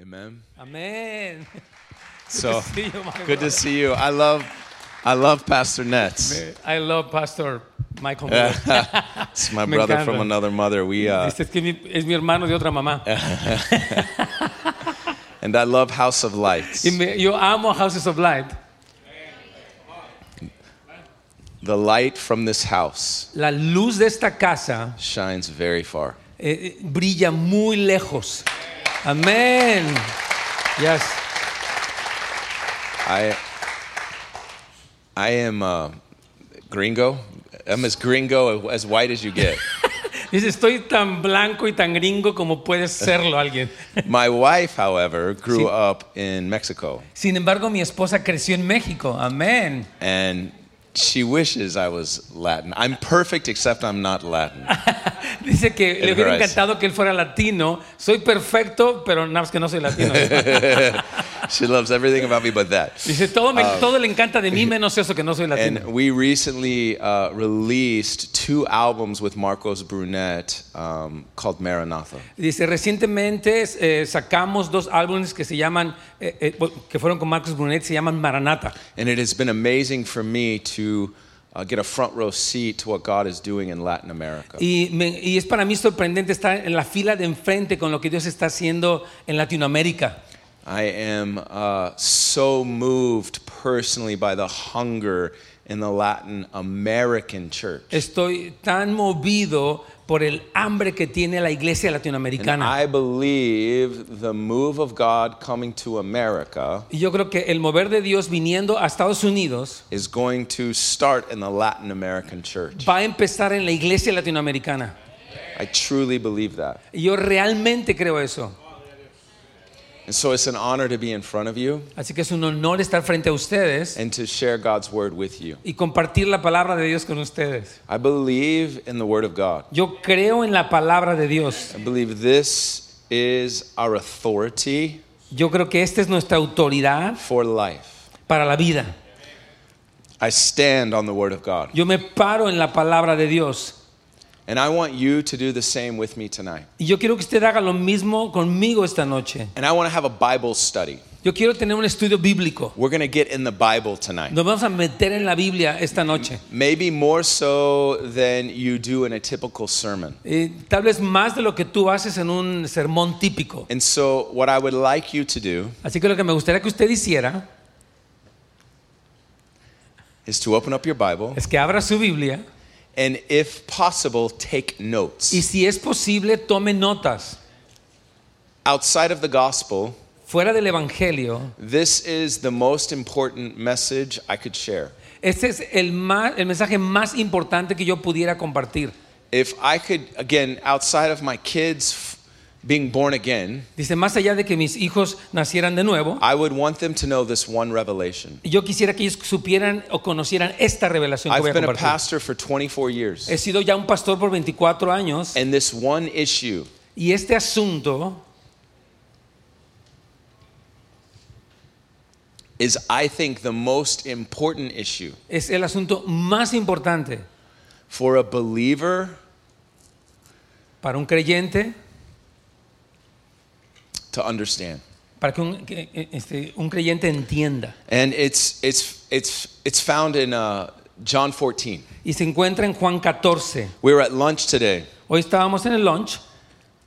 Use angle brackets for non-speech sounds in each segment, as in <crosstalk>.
Amen. Amén. <laughs> <laughs> So see you, my good brother. to see you. I love, I love Pastor Nets. I love Pastor Michael Miller. <laughs> It's my Me brother from encanta. another mother. We uh, Este es, que mi- es mi hermano de otra mamá. and I love House of Lights. Y me- yo amo Houses of Light. The light from this house La luz de esta casa shines very far. eh, eh, brilla muy lejos. Amén. Yes. I, I am uh, gringo. I'm as gringo as white as you <laughs> get. Dice, estoy tan blanco y tan gringo como puede serlo alguien. <laughs> my wife, however, grew Sí. up in Mexico, Sin embargo, mi esposa creció en México. Amén. and she wishes I was Latin. I'm perfect, except I'm not <laughs> Latin. Dice que le hubiera Edgar Rice. encantado que él fuera latino. Soy perfecto, pero nada más que no <laughs> soy latino. she loves everything about me but that. Dice, todo, me- todo le encanta de mí menos eso que no soy latino. And we recently uh, released two albums with Marcos Brunet um, called Maranatha. Dice, recientemente eh, sacamos dos álbumes que se llaman, eh, eh, bueno, que fueron con Marcos Brunet, se llaman Maranata. And it has been amazing for me to uh, get a front row seat to what God is doing in Latin America. Y, me- y es para mí sorprendente estar en la fila de enfrente con lo que Dios está haciendo en Latinoamérica. I am uh, so moved personally by the hunger in the Latin American church. Estoy tan movido por el hambre que tiene la iglesia And latinoamericana. I believe the move of God coming to America Y yo creo que el mover de Dios viniendo a Estados Unidos is going to start in the Latin American church. va a empezar en la iglesia latinoamericana. I truly believe that. Y yo realmente creo eso. And so it's an honor to be in front of you Así que es un honor estar frente a ustedes and to share God's word with you. y compartir la palabra de Dios con ustedes. I believe in the word of God. Yo creo en la palabra de Dios. I believe this is our authority Yo creo que esta es nuestra autoridad for life. para la vida. I stand on the word of God. Yo me paro en la palabra de Dios. And I want you to do the same with me tonight. Y yo quiero que usted haga lo mismo conmigo esta noche. And I want to have a Bible study. Yo quiero tener un estudio bíblico. We're going to get in the Bible tonight. Nos vamos a meter en la Biblia esta noche. Maybe more so than you do in a typical sermon. Eh, tal vez más de lo que tú haces en un sermón típico. And so, what I would like you to do Así que lo que me gustaría que usted hiciera is to open up your Bible es que abra su Biblia and, if possible, take notes. y si es posible tome notas. Outside of the gospel, Fuera del Evangelio, this is the most important message I could share. este es el, ma- el mensaje más importante que yo pudiera compartir. If I could, again, outside of my kids f- being born again, Dice, más allá de que mis hijos nacieran de nuevo, I would want them to know this one revelation. yo quisiera que ellos supieran o conocieran esta revelación que I've voy a been a compartir. pastor for 24 years, He sido ya un pastor por 24 años and this one issue y este asunto is, I think, the most important issue es el asunto más importante for a believer para un creyente, to understand. para que un, que, eh, este, un creyente entienda. And it's, it's, it's, it's found in uh, John 14. Y se encuentra en Juan 14. We were at lunch today, Hoy estábamos en el lunch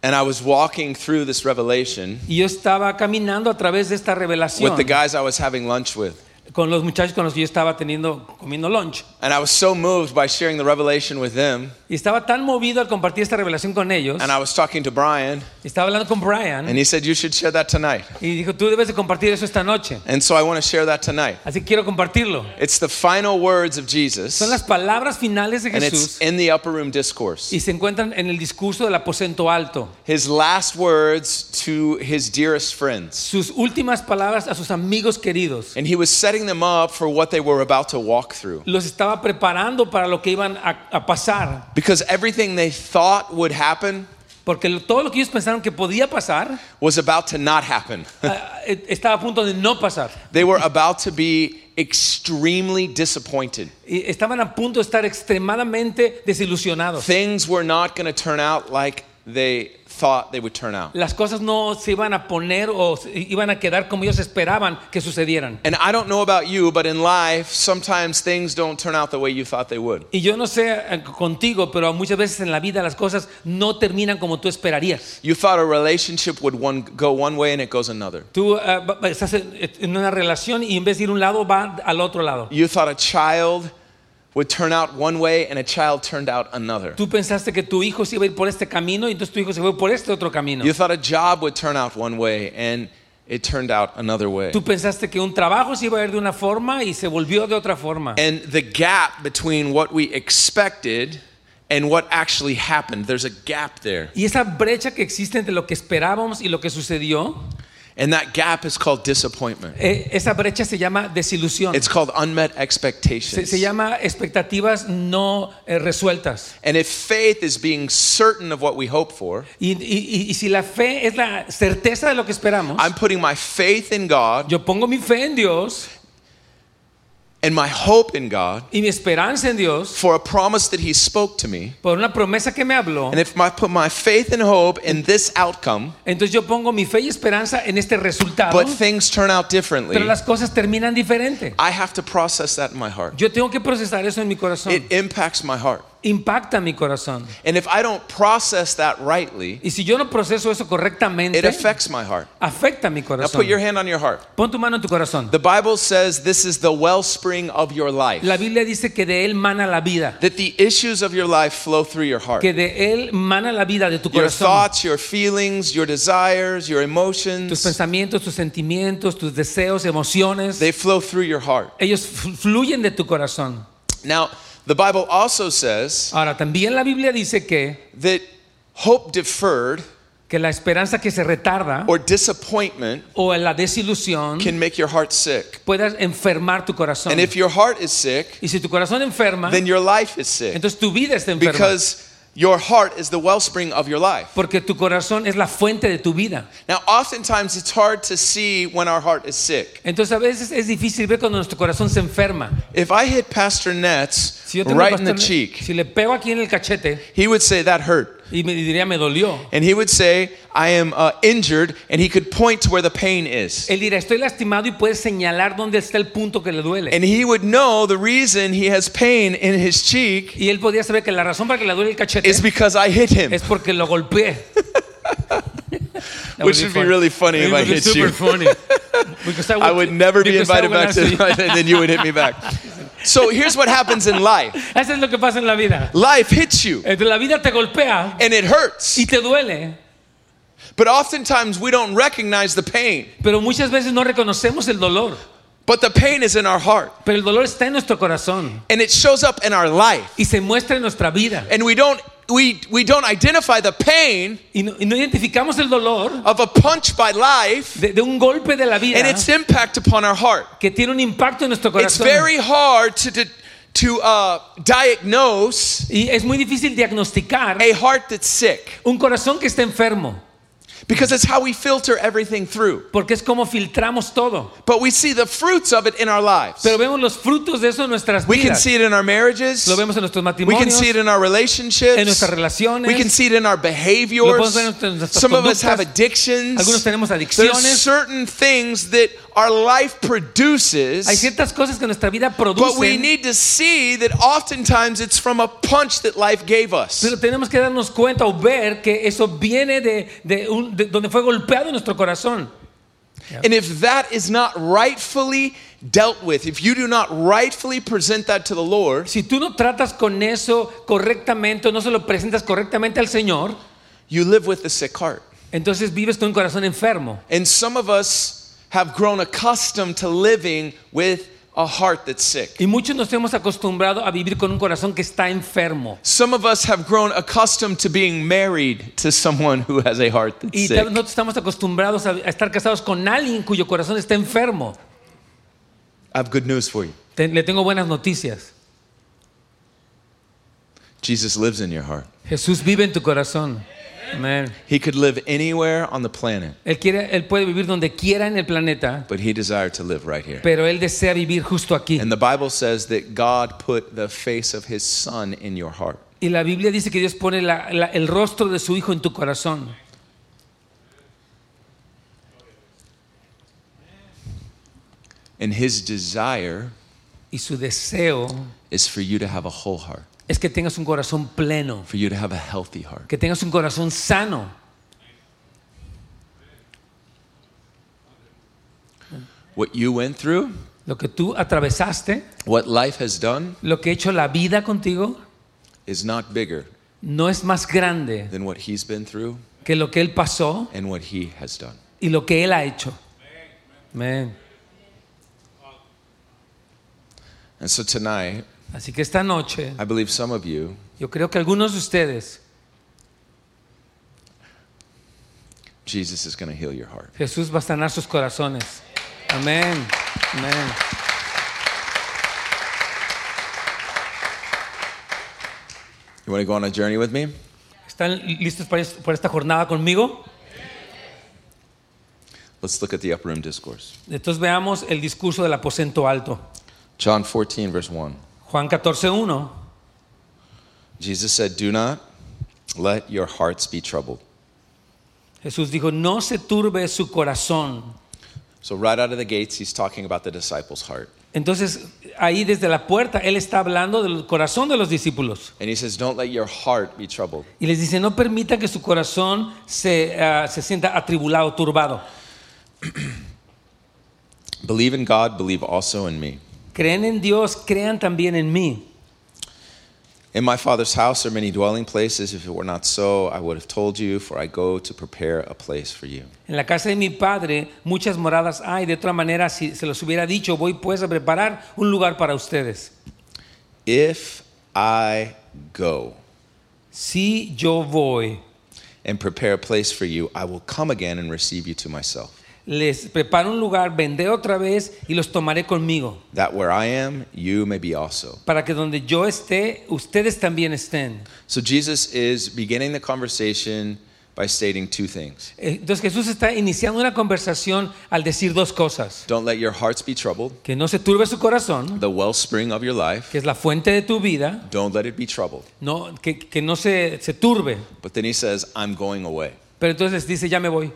and I was walking through this revelation y yo estaba caminando a través de esta with revelación the guys I was having lunch with. con los muchachos con los que yo estaba teniendo comiendo lunch. And I was so moved by sharing the revelation with them. Y estaba tan movido al compartir esta revelación con ellos. And I was talking to Brian, Estaba hablando con Brian and he said, You should share that tonight. y dijo, tú debes de compartir eso esta noche. And so I want to share that tonight. Así que quiero compartirlo. It's the final words of Jesus, Son las palabras finales de and it's Jesús in the upper room discourse. y se encuentran en el discurso del aposento alto. His last words to his dearest friends. Sus últimas palabras a sus amigos queridos. And he was setting them up for what they were about to walk through. Los estaba preparando para lo que iban a, a pasar. Because everything they thought would happen Porque lo- todo lo que ellos pensaron que podía <laughs> pasar was about to not happen. ah, eh, estaba a punto de no pasar. They were about to be extremely disappointed. Y estaban a punto de estar extremadamente desilusionados. Things were not going to turn out like they thought they would turn out. Las cosas no se iban a poner o se- iban a quedar como ellos esperaban que sucedieran. And I don't know about you, but in life, sometimes things don't turn out the way you thought they would. Y yo no sé eh, contigo, pero muchas veces en la vida las cosas no terminan como tú esperarías. You thought a relationship would one, go one way and it goes another. Tú eh, va- va- estás en en una relación y en vez de ir a un lado va al otro lado. You thought a child would turn out one way and a child turned out another. Tú pensaste que tu hijo se iba a ir por este camino y entonces tu hijo se fue por este otro camino. You thought a job would turn out one way and it turned out another way. Tú pensaste que un trabajo se iba a ir de una forma y se volvió de otra forma. And the gap between what we expected and what actually happened, there's a gap there. Y esa brecha que existe entre lo que esperábamos y lo que sucedió, And that gap is called disappointment. eh, esa brecha se llama desilusión. It's called unmet Se, expectations. se llama expectativas no eh, resueltas. And if faith is being certain of what we hope for, Y, y- y- y si la fe es la certeza de lo que esperamos, I'm putting my faith in God yo pongo mi fe en Dios and my hope in God y mi esperanza en Dios for a promise that He spoke to me. por una promesa que me habló. And if I put my faith and hope in this outcome, Entonces yo pongo mi fe y esperanza en este resultado, but things turn out differently, pero las cosas terminan diferente. I have to process that in my heart. Yo tengo que procesar eso en mi corazón. It impacts my heart. Impacta mi corazón. And if I don't process that rightly, Y si yo no proceso eso correctamente, it affects my heart. afecta mi Now corazón. put your hand on your heart. Pon tu mano en tu corazón. The Bible says this is the wellspring of your life. La Biblia dice que de él mana la vida, That the issues of your life flow through your heart. que de él mana la vida de tu Your corazón. thoughts, your feelings, your desires, your Tus emotions, pensamientos, tus sentimientos, tus deseos, emociones, they flow through your heart. ellos fl- fluyen de tu corazón. Now, the Bible also says Ahora, también la Biblia dice que, that hope deferred que la esperanza que se retarda or disappointment o la desilusión can make your heart sick. pueda enfermar tu corazón. And if your heart is sick, Y si tu corazón enferma, then your life is sick. entonces tu vida está enferma. Because your heart is the wellspring of your life. Porque tu corazón es la fuente de tu vida. Now, oftentimes it's hard to see when our heart is sick. Entonces a veces es difícil ver cuando nuestro corazón se enferma. If I hit Pastor Nets Si yo tengo right el in the pastor- cheek, si le pego aquí en el cachete he would say, That hurt. y me diría me dolió, And he would say, I am uh, injured. And he could point to where the pain is. él dirá estoy lastimado y puede señalar dónde está el punto que le duele. And he would know the reason he has pain in his cheek y él podría saber que la razón para que le duele el cachete is because I hit him. es porque lo golpeé. That <laughs> Which would be funny. really funny It if would I be hit super you. funny. Because <laughs> I would never be because I invited would back to ask you. and then you would hit me back. So here's what happens in life. <laughs> Eso es lo que pasa en la vida. Life hits you Entonces, la vida te golpea and it hurts. y te duele, But oftentimes we don't recognize the pain. pero muchas veces no reconocemos el dolor. But the pain is in our heart Pero el dolor está en nuestro corazón and it shows up in our life. y se muestra en nuestra vida. And we don't we we don't identify the pain Y no, y no identificamos el dolor of a punch by life de, de un golpe de la vida and its impact upon our heart. que tiene un impacto en nuestro It's corazón. very hard to di- to uh, diagnose y es muy difícil diagnosticar a heart that's sick un corazón que está enfermo, because it's how we filter everything through. porque es como filtramos todo. But we see the fruits of it in our lives. Pero vemos los frutos de eso en nuestras We can vidas. see it in our marriages. Lo vemos en nuestros We can matrimonios. see it in our relationships. en nuestras relaciones. We can see it in our Lo podemos behaviors. ver en nuestras Some of us conductas. have addictions. Algunos tenemos There's adicciones. certain things that our life Hay produces, ciertas cosas que nuestra vida but we produce. need to see that oftentimes it's from a punch that life gave us. Pero tenemos que darnos cuenta o ver que eso viene de, de un- de donde fue golpeado nuestro corazón. And if that is not rightfully dealt with, if you do not rightfully present that to the Lord, Si tú no tratas con eso correctamente o no se lo presentas correctamente al Señor, you live with a sick heart. entonces vives con un corazón enfermo. And some of us have grown accustomed to living with a heart that's sick. Y muchos nos hemos acostumbrado a vivir con un corazón que está enfermo. Some of us have grown accustomed to being married to someone who has a heart that's Y tal sick. vez no estamos acostumbrados a a estar casados con alguien cuyo corazón está enfermo. I have good news for you. Te- le tengo buenas noticias. Jesus lives in your heart. Jesús vive en tu corazón. Amén. He could live anywhere on the planet, Él, quiere, él puede vivir donde quiera en el planeta, but he desired to live right here. pero él desea vivir justo aquí. And the Bible says that God put the face of his son in your heart. Y la Biblia dice que Dios pone la- la- el rostro de su Hijo en tu corazón. And his desire Y su deseo is for you to have a whole heart, es que tengas un corazón pleno, for you to have a healthy heart. que tengas un corazón sano. What you went through, Lo que tú atravesaste, what life has done, lo que ha hecho la vida contigo, is not bigger no es más grande than what he's been through que lo que Él pasó and what he has done. y lo que Él ha hecho. Amén. And so tonight, Así que esta noche, I believe some of you yo creo que algunos de ustedes, Jesus is going to heal your heart. Jesús va a sanar sus corazones. Amén. Amén. You want to go on a journey with me? ¿Están listos para es- para esta jornada conmigo? Let's look at the upper room discourse. Entonces veamos el discurso del aposento alto. John 14, verse 1. Juan 14.1. Jesus said, Do not let your hearts be troubled. Jesús dijo, no se turbe su corazón. So, right out of the gates, he's talking about the disciples' heart. Entonces ahí desde la puerta Él está hablando del corazón de los discípulos. And he says, Don't let your heart be troubled. Y les dice, no permita que su corazón se, ah, se sienta atribulado, turbado. Believe in God, believe also in me. Creen en Dios, crean también en mí. In my Father's house are many dwelling places. If it were not so, I would have told you, for I go to prepare a place for you. En la casa de mi padre muchas moradas hay. De otra manera, si se los hubiera dicho, voy pues a preparar un lugar para ustedes. If I go Si yo voy, and prepare a place for you, I will come again and receive you to myself, les preparo un lugar, vendré otra vez y los tomaré conmigo, that where I am, you may be also. para que donde yo esté, ustedes también estén. So Jesus is beginning the conversation by stating two things. Eh, Entonces Jesús está iniciando una conversación al decir dos cosas. Don't let your hearts be troubled, Que no se turbe su corazón, the wellspring of your life. que es la fuente de tu vida, Don't let it be troubled. no, que, que no se, se turbe. But then he says, I'm going away. Pero entonces dice, ya me voy.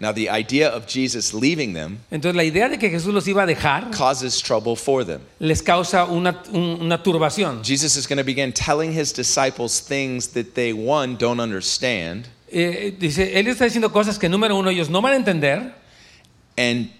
Now, the idea of Jesus leaving them Entonces la idea de que Jesús los iba a dejar causes trouble for them. les causa una, un- una turbación. Jesus is going to begin telling his disciples things that they, one, don't understand, Eh, dice, él está diciendo cosas que número uno ellos no van a entender and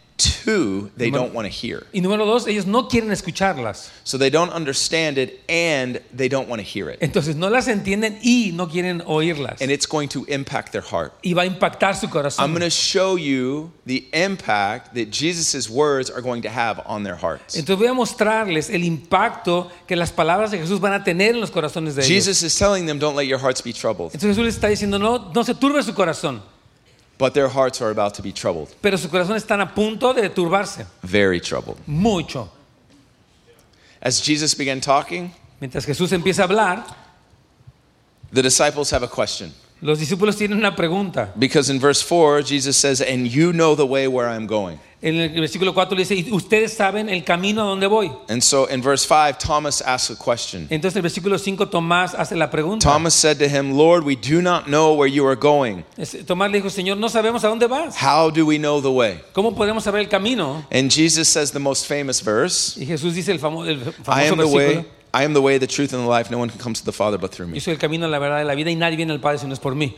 two, they Number- don't want to hear. y número dos ellos no quieren escucharlas. So they don't understand it and they don't want to hear it. Entonces no las entienden y no quieren oírlas. And it's going to impact their heart. Y va a impactar su I'm corazón. going to show you the impact that Jesus' words are going to have on their hearts. Entonces voy a mostrarles el impacto que las palabras de Jesús van a tener en los corazones de ellos. Jesus is telling them, don't let your hearts be troubled. Entonces Jesús les está diciendo, no, no se turbe su corazón, But their hearts are about to be troubled, pero su corazón están a punto de turbarse very troubled. mucho. As Jesus began talking, Mientras Jesús empieza a hablar, the disciples have a question. los discípulos tienen una pregunta. Because in verse 4, Jesus says, And you know the way where I'm going. En el versículo 4 le dice, "Y ustedes saben el camino a donde voy. And so in verse 5, Thomas asks a question. Entonces el versículo 5 Tomás hace la pregunta. Thomas said to him, Lord, we do not know where you are going. Es- Tomás le dijo, Señor, no sabemos a dónde vas. How do we know the way? ¿Cómo podemos saber el camino? And Jesus says the most famous verse Y Jesús dice el, famo- el I famoso am the way, versículo. I am the way, the truth, and the life. No one can come to the Father but through Yo me. soy el camino, la verdad y la vida y nadie viene al Padre si no es por mí.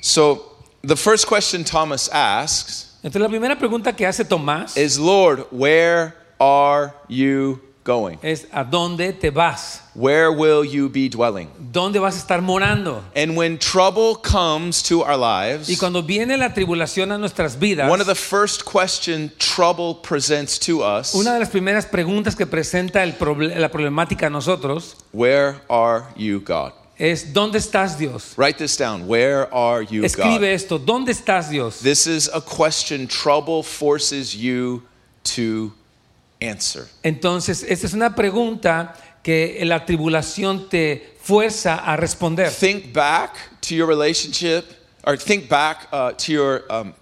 So the first question Thomas asks Entonces la primera pregunta que hace Tomás es, is, Lord, where are you going? ¿a dónde te vas? Where will you be dwelling? ¿Dónde vas a estar morando? And when trouble comes to our Y lives, cuando viene la tribulación a nuestras vidas, one of the first question trouble presents to us, una de las primeras preguntas que presenta el proble- la problemática a nosotros where are you, God? es, ¿dónde estás Dios? Write this down. Where are you, God? Escribe esto, ¿dónde estás Dios? This is a question trouble forces you to answer. Entonces, esta es una pregunta que la tribulación te fuerza a responder. Think back to your relationship, or think back uh, to your um,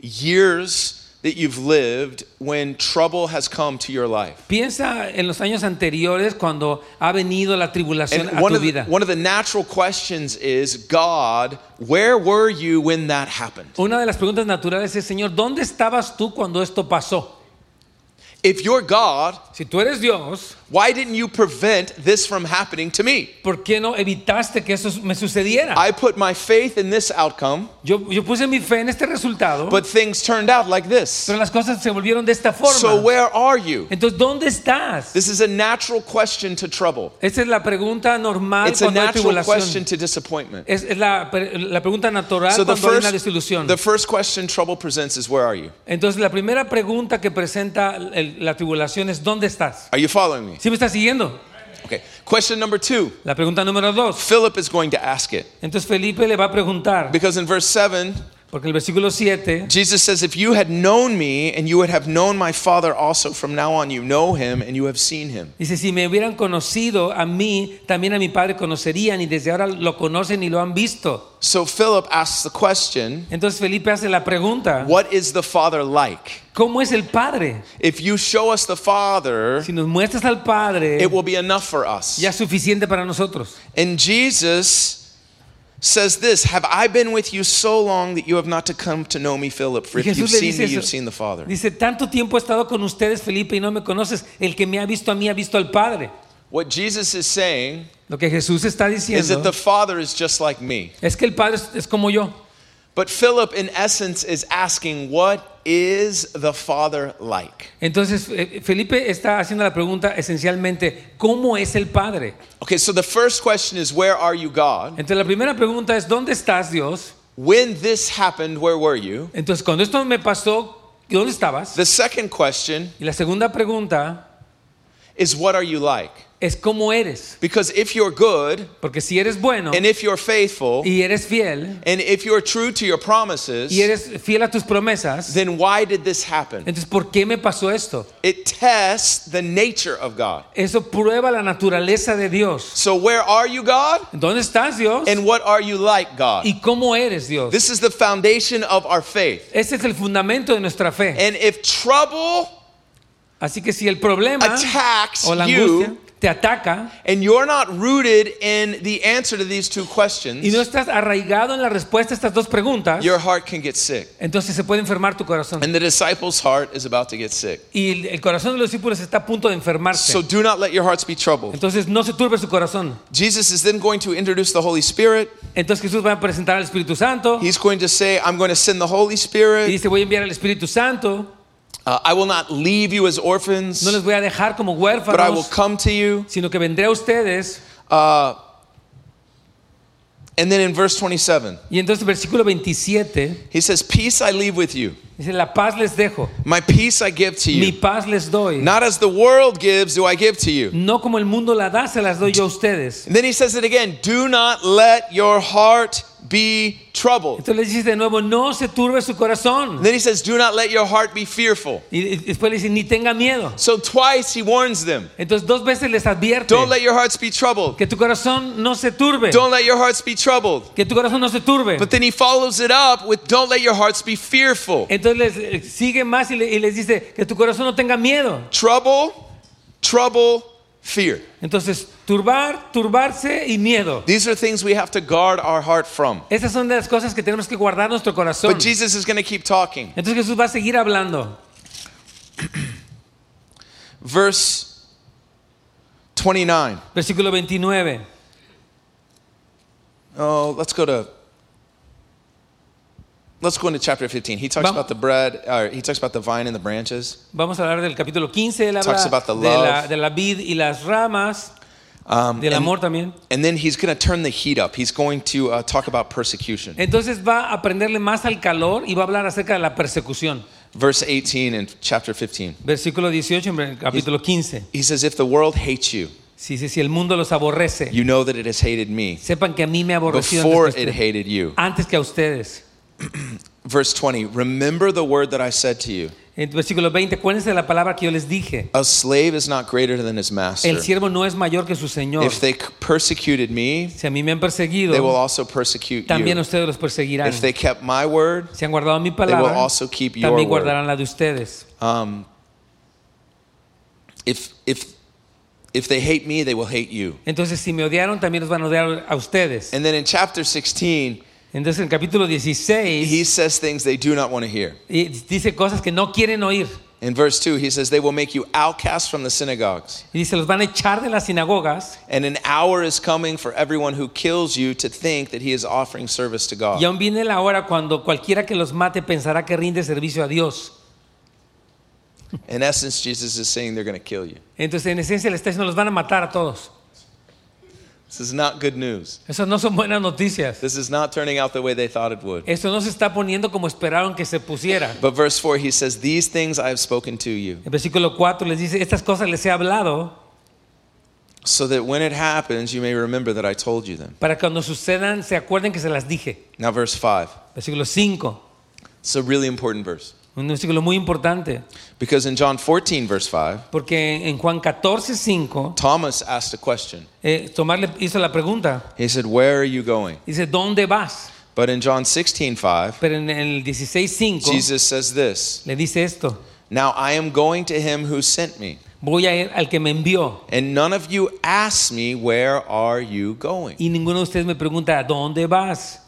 years that you've lived when trouble has come to your life. Piensa en los años anteriores cuando ha venido la tribulación And a one tu of, the, vida. one of the natural questions is God, where were you when that happened? Una de las preguntas naturales es, Señor, ¿dónde estabas tú cuando esto pasó? If you're God, Si tú eres Dios, why didn't you prevent this from happening to me? ¿por qué no evitaste que eso me sucediera? I put my faith in this outcome, Yo, yo puse mi fe en este resultado, but things turned out like this. pero las cosas se volvieron de esta forma. So where are you? Entonces, ¿dónde estás? This is a natural question to trouble. Esta es la pregunta normal It's a cuando hay natural question tribulación. to disappointment. Es, es la, pre- la pregunta natural So the cuando hay una first, desilusión. the first question trouble presents is where are you? Entonces, la primera pregunta que presenta el- la tribulación es ¿dónde estás? Are you following me? ¿Sí me estás siguiendo? Okay. Question number two. La pregunta número dos. Philip is going to ask it Entonces Felipe le va a preguntar, because in verse 7, porque el versículo 7 Jesus says, If you had known me, and you would have known my Father also, from now on you know him and you have seen him. dice, si me hubieran conocido a mí, también a mi padre conocerían y desde ahora lo conocen y lo han visto. So Philip asks the question, Entonces Felipe hace la pregunta, What is the Father like? ¿cómo es el Padre? If you show us the Father, Si nos muestras al Padre, it will be enough for us. ya es suficiente para nosotros. And Jesus says this Have I been with you so long that you have not to come to know me, Philip? For Y if you've Jesús le seen dice me, eso. you've seen the Father. Dice, tanto tiempo he estado con ustedes, Felipe, y no me conoces. El que me ha visto a mí ha visto al Padre. What Jesus is saying Lo que Jesús está is that diciendo the Father is just like me. es que el Padre es, es como yo. But Philip, in essence, is asking, What is the Father like? Entonces, eh, Felipe está haciendo la pregunta esencialmente, ¿cómo es el Padre? Okay, so the first question is, Where are you, God? Entonces, la primera pregunta es, ¿dónde estás, Dios? When this happened, where were you? Entonces, cuando esto me pasó, ¿dónde estabas? The second question Y la segunda pregunta is, What are you like? es, ¿cómo eres? Because if you're good, Porque si eres bueno and if you're faithful, y eres fiel and if you're true to your promises, y eres fiel a tus promesas, then why did this happen? entonces, ¿por qué me pasó esto? It tests the nature of God. Eso prueba la naturaleza de Dios. So, where are you, God? ¿Dónde estás, Dios? And what are you like, God? ¿Y cómo eres, Dios? This is the foundation of our faith. Ese es el fundamento de nuestra fe. And if trouble Así que si el problema attacks o la angustia you te ataca and you're not rooted in the answer to these two y no questions, estás arraigado en la respuesta a estas dos preguntas, your heart can get sick. entonces se puede enfermar tu corazón. And the disciples' heart is about to get sick. Y el- el corazón de los discípulos está a punto de enfermarse. So, do not let your hearts be troubled. Entonces no se turbe su corazón. Jesus is then going to introduce the Holy Spirit. Entonces Jesús va a presentar al Espíritu Santo He's going to say, I'm going to send the Holy y Spirit. dice, voy a enviar al Espíritu Santo, Uh, I will not leave you as no les orphans, voy a dejar como but I will huérfanos, come to you. sino que vendré a ustedes. Uh, and then in verse 27, Y entonces versículo 27 he says, Peace I leave with you, dice, la paz les dejo, my peace I give to mi you. paz les doy. Not as the world gives, do I give to you. No como el mundo la da, se las doy yo a ustedes. And then he says it again do not let your heart be troubled. Entonces le dice de nuevo, no se turbe su And corazón. then he says, do not let your heart be fearful. Y y después le dice, ni tenga miedo. So twice he warns them Entonces dos veces les advierte don't let your hearts be troubled. que tu corazón no se turbe, Don't let your hearts be troubled. que tu corazón no se turbe. But then he follows it up with don't let your hearts be fearful. Entonces les eh, sigue más y, le- y les dice que tu corazón no tenga miedo. Trouble, trouble, fear. Entonces, turbar, turbarse y miedo. These are things we have to guard our heart from. Esas son de las cosas que tenemos que guardar nuestro corazón. But Jesus is going to keep talking. Entonces Jesús va a seguir hablando. Verse 29. Versículo 29. Oh, let's go to Let's go into chapter 15. He talks Vam- about the bread, or he talks about the vine and the branches. Vamos a hablar del capítulo 15 de la, Talks about the de la, love. de la vid y las ramas, Um, del and, amor también. and then he's going to turn the heat up. He's going to uh, talk about persecution. Entonces va a prenderle más al calor y va a hablar acerca de la persecución. Verse 18 in chapter 15. Versículo 18, en el capítulo 15. He says, If the world hates you, Si, si, si el mundo los aborrece, you know that it has hated me sepan que a mí me aborreció antes before que a it ustedes. hated you. antes que a ustedes. Verse 20 Remember the word that I said to you. En el versículo 20, acuérdense de la palabra que yo les dije. A slave is not greater than his master. El siervo no es mayor que su señor. If they c- persecuted me, Si a mí me han they will perseguido, also persecute también you. ustedes los perseguirán. If they kept my word, Si han guardado mi will palabra, also keep your también word. guardarán la de ustedes. um, if if if they hate me, they will hate you. Entonces, si me odiaron, también los van a odiar a ustedes. And then in chapter 16, Entonces, en el capítulo he 16, says things they do not want to hear. y dice cosas que no quieren oír. In verse 2, he says, They will make you outcasts from the synagogues. Y dice, los van a echar de las sinagogas. And an hour is coming for everyone who kills you to think that he is offering service to God. Y aún viene la hora cuando cualquiera que los mate pensará que rinde servicio a Dios. In essence, Jesus is saying they're going to kill you. Entonces, en esencia, le está diciendo, los van a matar a todos. This is not good news. Esas no son buenas noticias. This is not turning out the way they thought it would. Esto no se está poniendo como esperaron que se pusiera. But verse 4, he says, These things I have spoken to you, En versículo 4 les dice, estas cosas les he hablado so that when it happens, you may remember that I told you them. para que cuando sucedan se acuerden que se las dije. Now, verse 5. Versículo 5, It's a really important verse. un versículo muy importante, Because in John 14, verse 5, porque en Juan 14, 5, Thomas asked a question. eh, Tomás le hizo la pregunta, He said, Where are you going? dice, ¿dónde vas? But in John 16, 5, Pero en el 16, 5 Jesus says this le dice esto, Now I am going to him who sent me, voy a ir al que me envió and none of you asked me, Where are you going? y ninguno de ustedes me pregunta, ¿a dónde vas?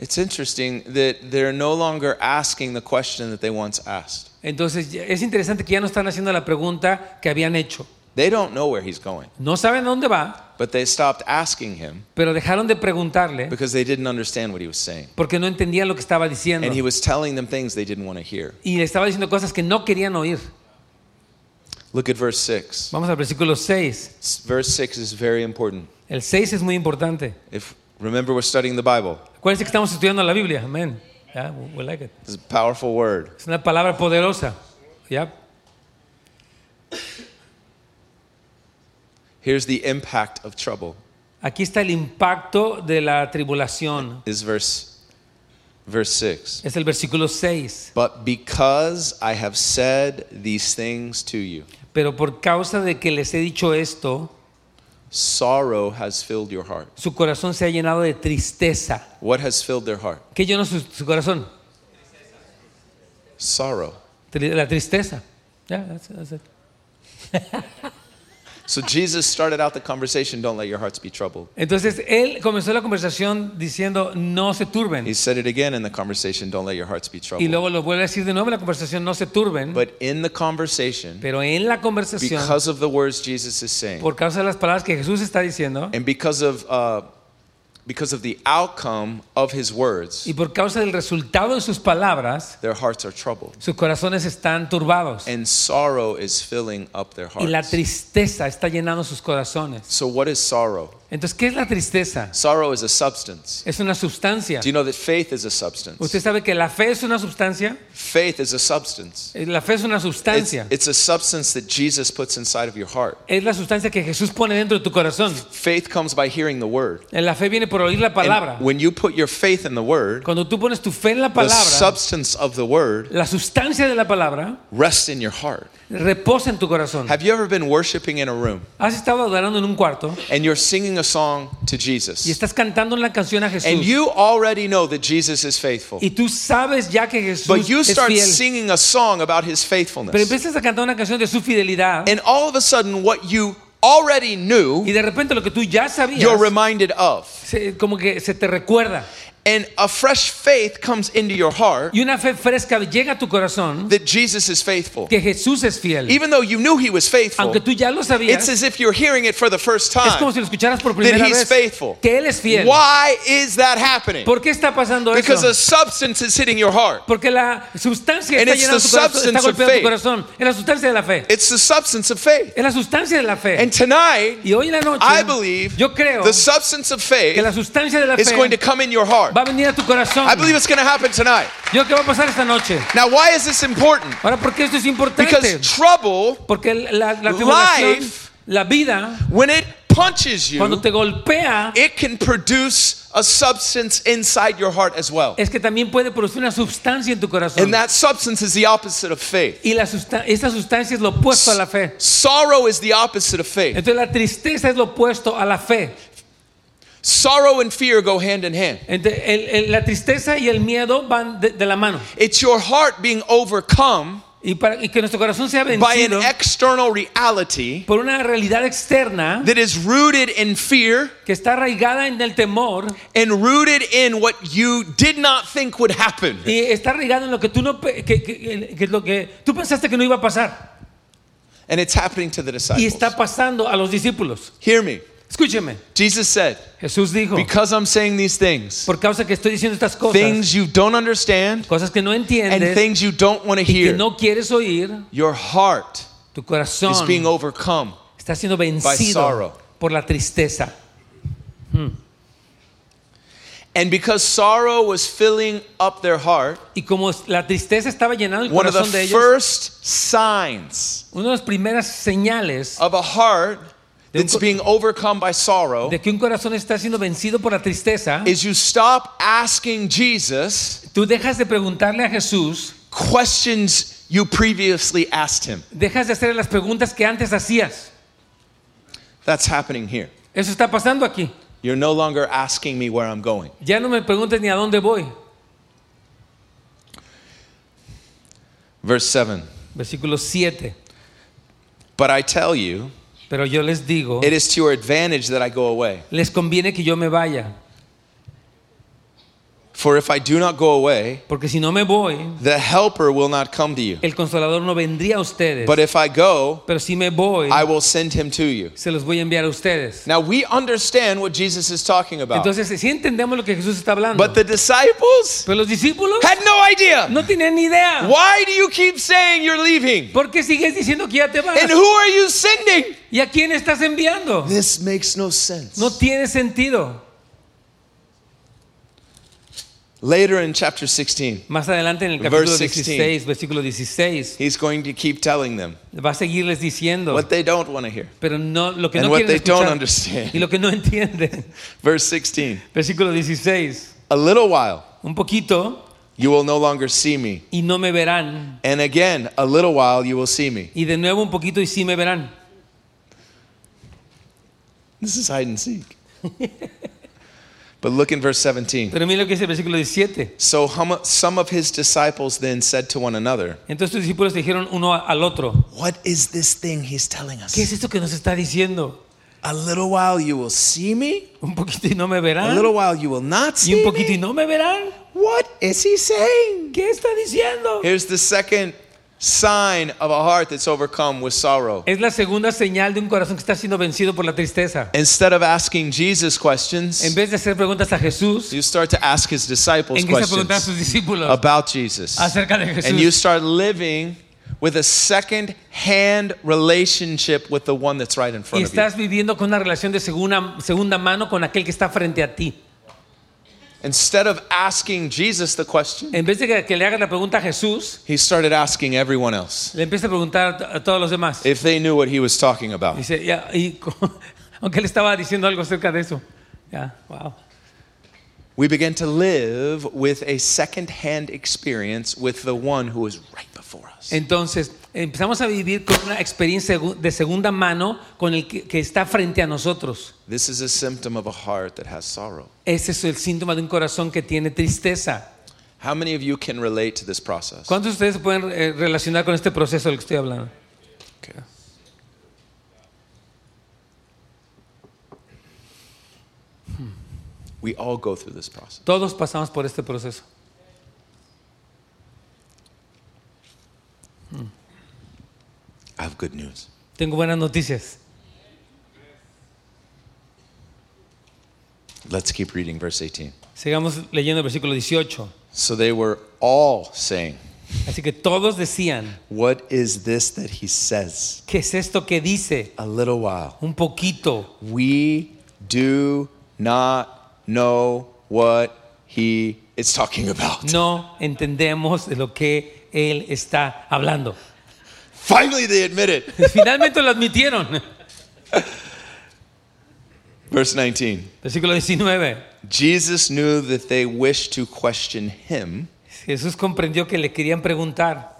It's interesting that they're no longer asking the question that they once asked. Entonces ya- es interesante que ya no están haciendo la pregunta que habían hecho. They don't know where he's going, No saben a dónde va, but they stopped asking him pero dejaron de preguntarle because they didn't understand what he was saying. porque no entendían lo que estaba diciendo. And he was telling them things they didn't want to hear. y le estaba diciendo cosas que no querían oír. Look at verse 6. Vamos al versículo 6. S- Verse 6 is very important. El 6 es muy importante. If remember we're studying the Bible. Acuérdense que estamos estudiando la Biblia. Amén. Yeah, we- we like it. It's a powerful word. Es una palabra poderosa. Yeah. Here's the impact of trouble. Aquí está el impacto de la tribulación. Is verse verse 6. Es el versículo 6. But because I have said these things to you, Pero por causa de que les he dicho esto, sorrow has filled your heart. su corazón se ha llenado de tristeza. What has filled their heart? ¿Qué llenó su, su corazón? Sorrow. Tri- La tristeza. Yeah, that's- that's it. So Jesus started out the conversation, don't let your hearts be troubled. Entonces él comenzó la conversación diciendo, no se turben. He said it again in the conversation, don't let your hearts be Y troubled. luego lo vuelve a decir de nuevo en la conversación, no se turben, But in the conversation, pero en la conversación, Pues, because of the words Jesus is saying, por causa de las palabras que Jesús está diciendo and because of uh, because of the outcome of his words, y por causa del resultado de sus palabras, their hearts are troubled. sus corazones están turbados and sorrow is filling up their y la hearts. tristeza está llenando sus corazones. So, what is sorrow? Entonces, ¿qué es la tristeza? Sorrow is a substance. Es una sustancia. Do you know that faith is a substance? Usted sabe que la fe es una sustancia. Faith is a substance. Eh, La fe es una It's, sustancia. it's a substance that Jesus puts inside of your heart. Es la sustancia que Jesús pone dentro de tu corazón. Faith comes by hearing the word. Eh, La fe viene por oír la And palabra. when you put your faith in the word, Cuando tú pones tu fe en la the palabra, substance of the word la sustancia de la palabra rests in your heart. reposa en tu corazón. Have you ever been worshiping in a room Has estado adorando en un cuarto and you're singing a song to y Jesus? estás cantando la canción a Jesús. And you already know that Jesus is faithful, y tú sabes ya que Jesús but you es start fiel. singing a song about his Pero faithfulness. empiezas a cantar una canción de su fidelidad And all of a sudden, what you already y knew, de repente lo que tú ya sabías you're reminded of. se- como que se te recuerda. And a fresh faith comes into your heart Y una fe fresca llega a tu corazón that Jesus is faithful. que Jesús es fiel. Even though you knew he was faithful, Aunque tú ya lo sabías, it's as if you're hearing it for the first es time. como si lo escucharas por primera he's vez faithful. que Él es fiel. Why is that happening? ¿Por qué está pasando Because eso? a substance is hitting your heart. Porque la sustancia And está it's llenando the tu corazón, substance está of golpeando tu faith. corazón. Es la sustancia de la fe. It's the substance of faith. Es la sustancia de la fe. And tonight, Y hoy en la noche, I believe yo creo the substance of que la faith sustancia de la is fe going to come in your heart. va a venir a tu corazón. I believe it's going to happen tonight. Yo qué va a pasar esta noche. Now, why is this important? Ahora, ¿por qué esto es importante? Because trouble Porque la, la tribulación, Life- la vida, when it punches Cuando you, te golpea, it can produce a substance inside your heart as well. es que también puede producir una sustancia en tu corazón. And that substance is the opposite of faith. Y la sustan- esta sustancia es lo opuesto a la fe. Sorrow is the opposite of faith. Entonces la tristeza es lo opuesto a la fe. Sorrow and fear go hand in hand. Entonces, el- el- la tristeza y el miedo van de, de la mano. It's your heart being overcome Y, para, y que nuestro corazón sea by an vencido external reality por una realidad externa that is rooted in fear que está arraigada en el temor and rooted in what you did not think would happen. y está arraigada en lo que tú no pe- que, que- que es lo que tú pensaste que no iba a pasar And it's happening to the y disciples. está pasando a los discípulos. Hear me. Escúcheme. Jesus said, Jesús dijo, Because I'm saying these things, por causa que estoy diciendo estas cosas, things you don't understand cosas que no and entiendes, things you don't want to que hear, no quieres oír, your heart tu is being corazón overcome. está siendo by sorrow. vencido por la tristeza. And because sorrow was filling up their heart, Y como la tristeza estaba llenando el one of the corazón de ellos, first signs una de las primeras señales of a heart that's being overcome by sorrow de que un corazón está siendo vencido por la tristeza, is you stop asking Jesus tú dejas de preguntarle a Jesús, questions you previously asked him. dejas de hacer las preguntas que antes hacías. That's happening here. Eso está pasando aquí. You're no longer asking me where I'm going. Ya no me preguntes ni a dónde voy. Verse 7 Versículo 7. But I tell you, Pero yo les digo, it is to your advantage that I go away. les conviene que yo me vaya, For if I do not go away, porque si no me voy, the helper will not come to you. el consolador no vendría a ustedes. But if I go, Pero si me voy, I will send him to you. se los voy a enviar a ustedes. Now we understand what Jesus is talking about. Entonces, si entendemos lo que Jesús está hablando, Ah. but the disciples pero los discípulos had no idea. no tenían ni idea. <laughs> Why do you keep saying you're leaving? ¿Por qué sigues diciendo que ya te vas? And who are you sending? ¿Y a quién estás enviando? This makes no sense. No tiene sentido. Later in chapter 16, Más adelante en el Verse capítulo 16. 16, versículo 16, he's going to keep telling them va a seguirles diciendo, what they don't want to hear. pero no lo que And no what quieren they don't escuchar y understand. lo que no entienden. <laughs> Verse 16 Versículo 16, A little while un poquito you will no longer see me. y no me verán, And again, a little while you will see me. y de nuevo un poquito y sí me verán. This is hide and <laughs> seek. but look in verse 17. Pero mira lo que dice el versículo 17. So hum- some of his disciples then said to one another, Entonces tus discípulos dijeron uno a- al otro, What is this thing he's telling us? ¿qué es esto que nos está diciendo? A little while you will see me, Un poquito y no me a verán, little while you will not y see un me. poquito y no me verán. What is he saying? ¿Qué está diciendo? Here's the second sign of a heart that's overcome with sorrow. Es la segunda señal de un corazón que está siendo vencido por la tristeza. Instead of asking Jesus En questions, vez de hacer preguntas a Jesús, you start to ask his disciples empieza a preguntar a questions sus discípulos about Jesus. acerca de And you Jesús. start living with a second hand relationship with the one that's right in Y front of you. estás viviendo con una relación de segunda, segunda mano con aquel que está frente a ti. Instead of asking Jesus the question, En vez de que, que le hagas la pregunta a Jesús, he started asking everyone else le empieza a preguntar a, a todos los demás. if they knew what he was talking about. Dice, ya, y <laughs> co- aunque él estaba diciendo algo acerca de eso. Ya, wow. We begin to live with a second hand experience with the one who is right before us. Entonces, empezamos a vivir con una experiencia segu- de segunda mano con el que, que está frente a nosotros. This is a symptom of a heart that has sorrow. Ese es el síntoma de un corazón que tiene tristeza. How many of you can relate to this process? ¿Cuántos de ustedes se pueden eh, relacionar con este proceso del que estoy hablando? Okay. Hmm. We all go through this process. Todos pasamos por este proceso. I have good news. Tengo buenas noticias. Let's keep reading verse 18. Sigamos leyendo el versículo 18. So they were all saying, Así que todos decían, What is this that he says? ¿qué es esto que dice? A little while. Un poquito. We do not know what he is talking about. No entendemos de lo que él está hablando. Finally, they admit it. Finalmente lo admitieron. Verse 19 Versículo 19. Jesus knew that they wished to question him, Jesús comprendió que le querían preguntar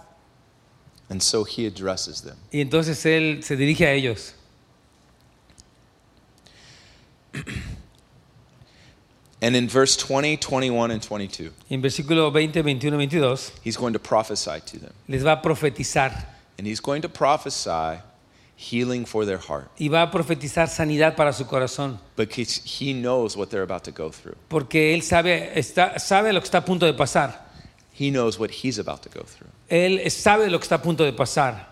and so he addresses them. y entonces él se dirige a ellos. And in verse 20, 21, and 22, Y en versículo 20, 21, 22 he's going to prophesy to them. les va a profetizar And he's going to prophesy healing for their heart y va a profetizar sanidad para su corazón because he knows what they're about to go through. porque él sabe, está, sabe lo que está a punto de pasar. He knows what he's about to go through. Él sabe lo que está a punto de pasar.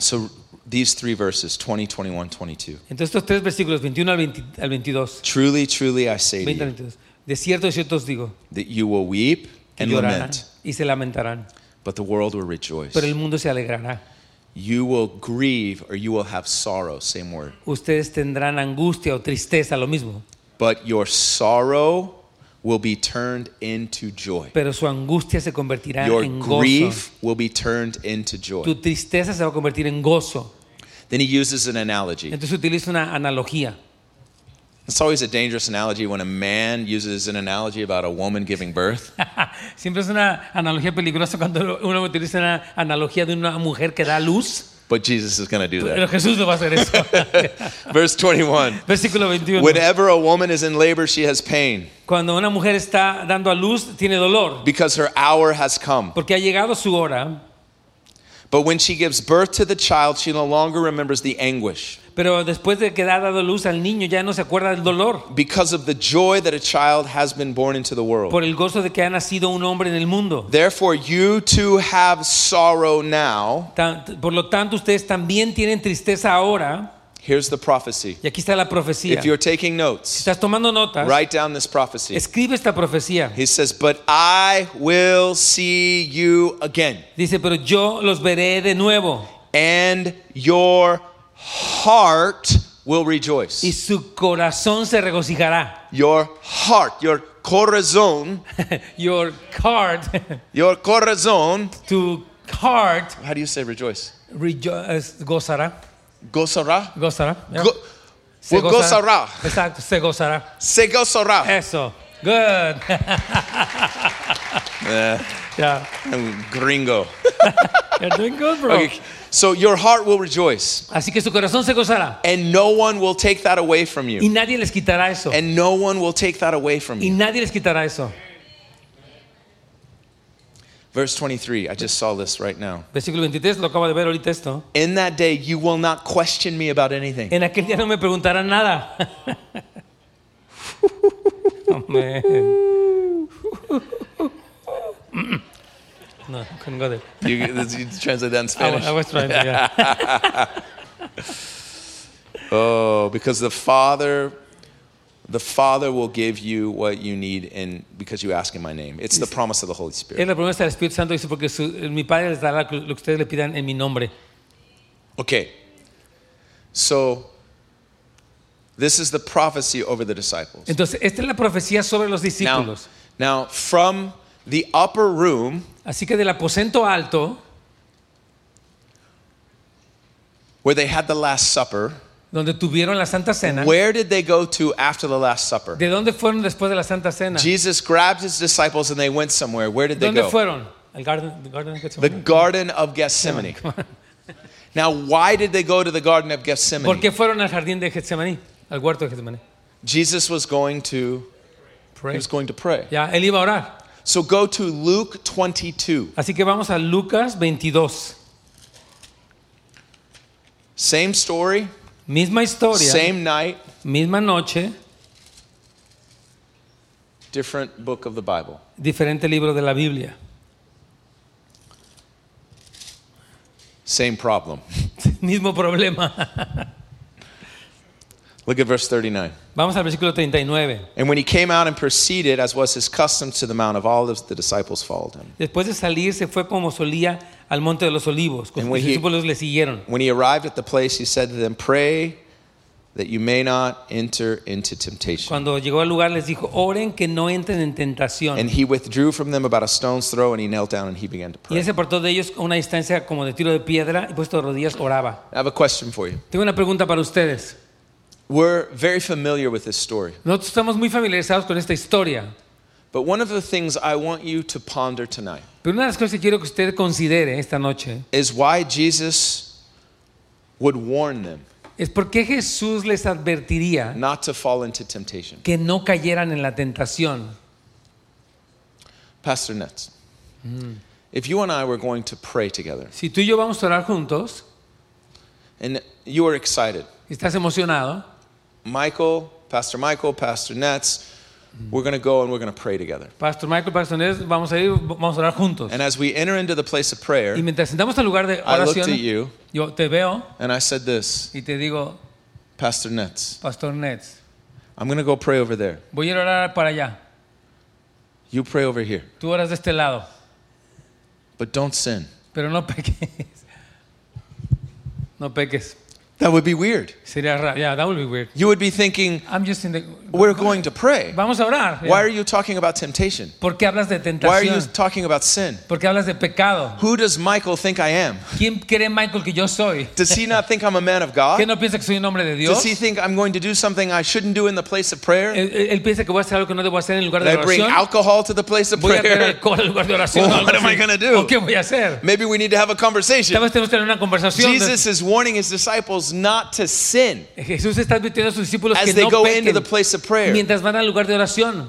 So these three verses 20, 21, 22. Entonces estos tres versículos, 21 al, 20 al 22, Truly, truly, I say to 20 al you 22, de cierto, de cierto os digo, that you will weep que and llorarán lament, y se lamentarán, but the world will rejoice. pero el mundo se alegrará. You will grieve or you will have sorrow, same word. Ustedes tendrán angustia o tristeza, lo mismo, But your sorrow will be turned into joy. pero su angustia se convertirá Your en gozo. grief will be turned into joy. Tu tristeza se va a convertir en gozo. Then he uses an analogy. Entonces utiliza una analogía. <laughs> It's always a dangerous analogy when a man uses an analogy about a woman giving <laughs> birth. Siempre es una analogía peligrosa cuando uno utiliza una analogía de una mujer que da luz, But Jesus is going to do pero that. Jesús no va a hacer eso. <laughs> Verse 21 Versículo 21. Whenever a woman is in labor, she has pain Cuando una mujer está dando a luz, tiene dolor, because her hour has come. porque ha llegado su hora, But when she gives birth to the child, she no longer remembers the anguish pero después de que ha dado luz al niño ya no se acuerda del dolor, because of the joy that a child has been born into the world. por el gozo de que ha nacido un hombre en el mundo. Therefore, you too have sorrow now. Tan- Por lo tanto, ustedes también tienen tristeza ahora, Here's the prophecy. y aquí está la profecía. If you're Si taking notes, estás tomando notas, write down this prophecy. escribe esta profecía. He says, But I will see you again, Dice, pero yo los veré de nuevo. and your heart will rejoice. y su corazón se regocijará. <laughs> Your heart, your corazón, Your heart, <laughs> your corazón. tu heart How do you say rejoice? rejo- es- gozará, Gozará? gozará. ¿ya? Go- Se well, gozará. Exacto, se gozará. Se gozará. Eso. Good. <laughs> Eh, Yeah. I'm gringo. You're doing good, bro. Okay. So your heart will rejoice, Así que su corazón se gozará and no one will take that away from y you. nadie les quitará eso. And no one will take that away from Y you. nadie les quitará eso. Verse 23, I just saw this right now. Versículo 23, lo acabo de ver ahorita esto. In that day, you will not question me about anything. En aquel día no me <laughs> preguntarán nada. Amén. no, couldn't go there. You, you translate that in <laughs> I wa- Spanish. I was trying to, yeah. Oh, because the Father, the Father will give you what you need, in because you ask in my name. It's the promise of the Holy Spirit. Es la promesa del Espíritu Santo, dice, porque su- mi Padre les dará lo que ustedes le pidan en mi nombre. Okay. So this is the prophecy over the disciples. Entonces, esta es la profecía sobre los Now, discípulos. now from the upper room Así que del aposento alto, where they had the last supper, donde tuvieron la Santa Cena, where did they go to after the last supper? ¿de dónde fueron después de la Santa Cena? Jesus grabbed his disciples and they went somewhere. Where did they go? ¿Dónde fueron? Al Garden, the garden of The Gethsemane. Garden of Gethsemane. Now, why did they go to the Garden of ¿Por Gethsemane? qué fueron al jardín de Getsemaní? Al huerto de Getsemaní. Jesus was going to he Pray. was going to pray. Ya, él iba a orar. So go to Luke 22. Así que vamos a Lucas 22. Same story, Misma historia, same night, misma noche, different book of the Bible. diferente libro de la Biblia. <laughs> Same problem. Mismo problema. <laughs> Look at verse 39. Vamos al versículo 39. And when he came out and proceeded, as was his custom, to the Mount of Olives, the disciples followed him. Después de salir se fue como solía al monte de los olivos. And Sus when he- discípulos le siguieron. When he arrived at the place, he said to them, Pray that you may not enter into temptation. Cuando llegó al lugar les dijo, oren que no entren en tentación. And he withdrew from them about a stone's throw and he knelt down and he began to y él pray. se apartó de ellos a una distancia como de tiro de piedra y puesto de rodillas oraba. I have a question for you. Tengo una pregunta para ustedes. We're very familiar with this story, Nosotros estamos muy familiarizados con esta historia, but one of the things I want you to ponder tonight pero una de las cosas que quiero que usted considere esta noche is why Jesus would warn them es por qué Jesús les advertiría not to fall into temptation. que no cayeran en la tentación. Pastor Nets, if you and I were going to pray together Si tú y yo vamos a orar juntos, and you are excited, estás emocionado, Michael, Pastor Michael, Pastor Nets, we're going to go and we're going to pray together. Pastor Michael, Pastor Ned, vamos a ir, vamos a orar juntos. And as we enter into the place of prayer, Y mientras sentamos al lugar de I looked oración, at you yo te veo and I said this, y te digo, Pastor Nets, Pastor Nets, I'm going to go pray over there. voy a ir a orar para allá. You pray over here, Tú oras de este lado, but don't sin. pero no <laughs> peques. No peques. That would be weird. Sería raro. Yeah, that would be weird. You would be thinking, I'm just in the- we're going to pray. Vamos a orar. yeah. Why are you talking about temptation? ¿Por qué hablas de Why are you tentación? talking about sin? ¿Por qué hablas de pecado? Who does Michael think I am? ¿Quién cree Michael que yo soy? Does he not think I'm a man of ¿Qué God? no piensa que soy un hombre de Dios? Does he think I'm going to do something I shouldn't do in the place of prayer? Él, él- él piensa que voy a hacer algo que no debo hacer en el lugar de That I bring oración. alcohol to the place of Voy a traer prayer? alcohol al lugar de oración. o Well, algo what am así. I gonna do? ¿O qué voy a hacer? Maybe we need to have a Tal conversation. vez tenemos que tener una conversación. de- Jesus is warning his disciples not to sin Jesús está advirtiendo a sus discípulos que as they no go into pequen the place of prayer. mientras van al lugar de oración.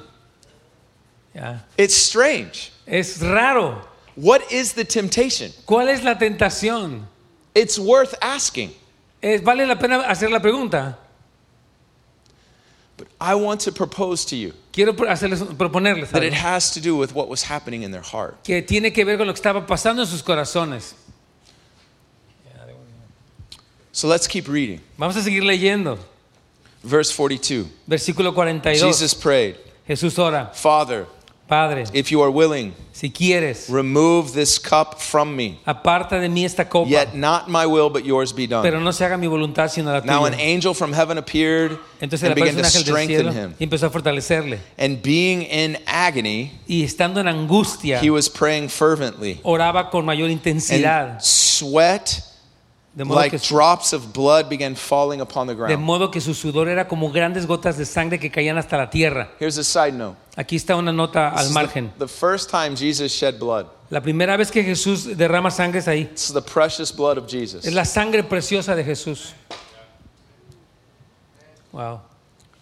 Ya. It's strange. Es raro. What is the temptation? ¿Cuál es la tentación? It's worth asking. Es- vale la pena hacer la pregunta. But I want to propose to you Quiero pro- hacerles, proponerles that it algo has to do with what was happening in their heart. que tiene que ver con lo que estaba pasando en sus corazones. So let's keep reading. Vamos a seguir leyendo. Verse 42. Versículo 42. Jesus prayed, Jesús ora, Father, Padre, if you are willing, si quieres, remove this cup from me. aparta de mí esta copa, Yet not my will, but yours be pero done. no se haga mi voluntad sino la Now tuya. an angel from heaven appeared Entonces le and began aparece un to ángel del strengthen cielo him. y empezó a fortalecerle. And being in agony, Y estando en angustia, he was praying fervently. oraba con mayor intensidad, And sweat de modo, que like su, drops of blood began falling upon the de ground. modo que su sudor era como grandes gotas de sangre que caían hasta la tierra. Here's a side note. Aquí está una nota This al is the- margen. the first time Jesus shed blood. La primera vez que Jesús derrama sangre es ahí. This is the precious blood of Jesus. Es la sangre preciosa de Jesús. Wow.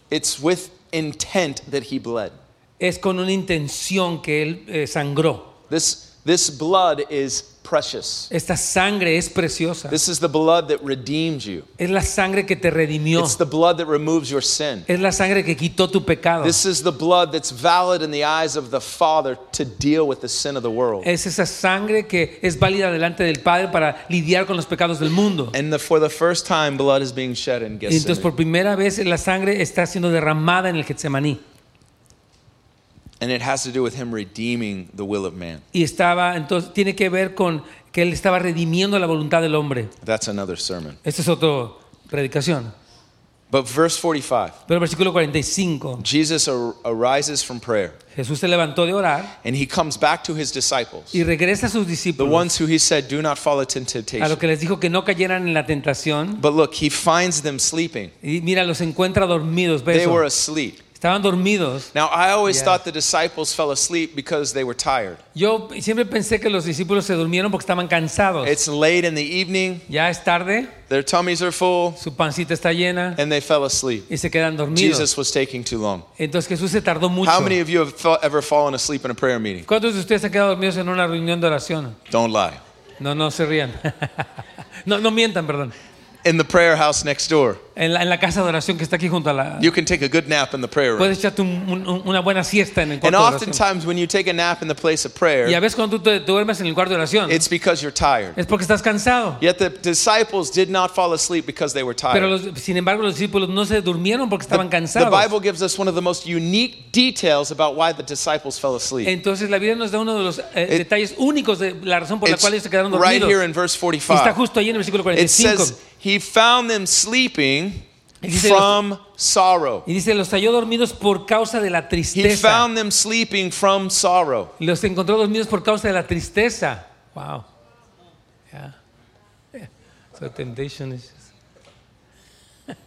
It's with intent that he bled. Es con una intención que él eh, sangró. This, this blood is precious. Esta sangre es preciosa. This is the blood that redeemed you. Es la sangre que te redimió. It's the blood that removes your sin. Es la sangre que quitó tu pecado. This is the blood that's valid in the eyes of the Father to deal with the sin of the world. Es esa sangre que es válida delante del Padre para lidiar con los pecados del mundo. And the, for the first time, blood is being shed in Y entonces por Gethsemane. primera vez la sangre está siendo derramada en el Getsemaní. And it has to do with him redeeming the will of man. Y estaba, entonces tiene que ver con que él estaba redimiendo la voluntad del hombre. That's another sermon. Esta es otra predicación. But verse 45 Pero el versículo 45, Jesus ar- arises from prayer Jesús se levantó de orar and he comes back to his disciples, y regresa a sus the discípulos ones who he said, Do not fall into a temptation. lo que les dijo que no cayeran en la tentación. But look, he finds them sleeping. Y mira, los encuentra dormidos. ve They eso. were asleep. Estaban dormidos. Now, I always Yeah. thought the disciples fell asleep because they were tired. Yo siempre pensé que los discípulos se durmieron porque estaban cansados. It's late in the evening, Ya es tarde, their tummies are full, su pancita está llena and they fell asleep. y se quedan dormidos. Jesus was taking too long. Entonces Jesús se tardó mucho. How many of you have fa- ever fallen asleep in a prayer meeting? ¿Cuántos de ustedes se han quedado dormidos en una reunión de oración? Don't lie. No, no se rían. <laughs> no, no mientan, perdón. In the prayer house next door, En la, en la casa de oración que está aquí junto a la... you can take a good nap in the prayer room. Puedes echarte un- un- un- una buena siesta en el And cuarto de oración. oftentimes, when you take a nap in the place of Y a prayer, veces cuando tú te te duermes en el cuarto de oración it's because you're tired. es porque estás cansado. Yet the disciples did not fall asleep because they were Pero tired. los- sin embargo los discípulos no se durmieron porque estaban The cansados. Bible gives us one of the most unique details about why the disciples fell asleep. Entonces la Biblia nos da uno de los eh, detalles únicos de la razón por la It's cual ellos se quedaron right dormidos. here in verse Y 45. está justo ahí en el versículo It 45. says, He found them sleeping Y dice, from sorrow. y dice, los halló dormidos por causa de la He tristeza. found them sleeping from sorrow. Los encontró dormidos por causa de la tristeza. Wow. Yeah. Yeah. So temptation is just-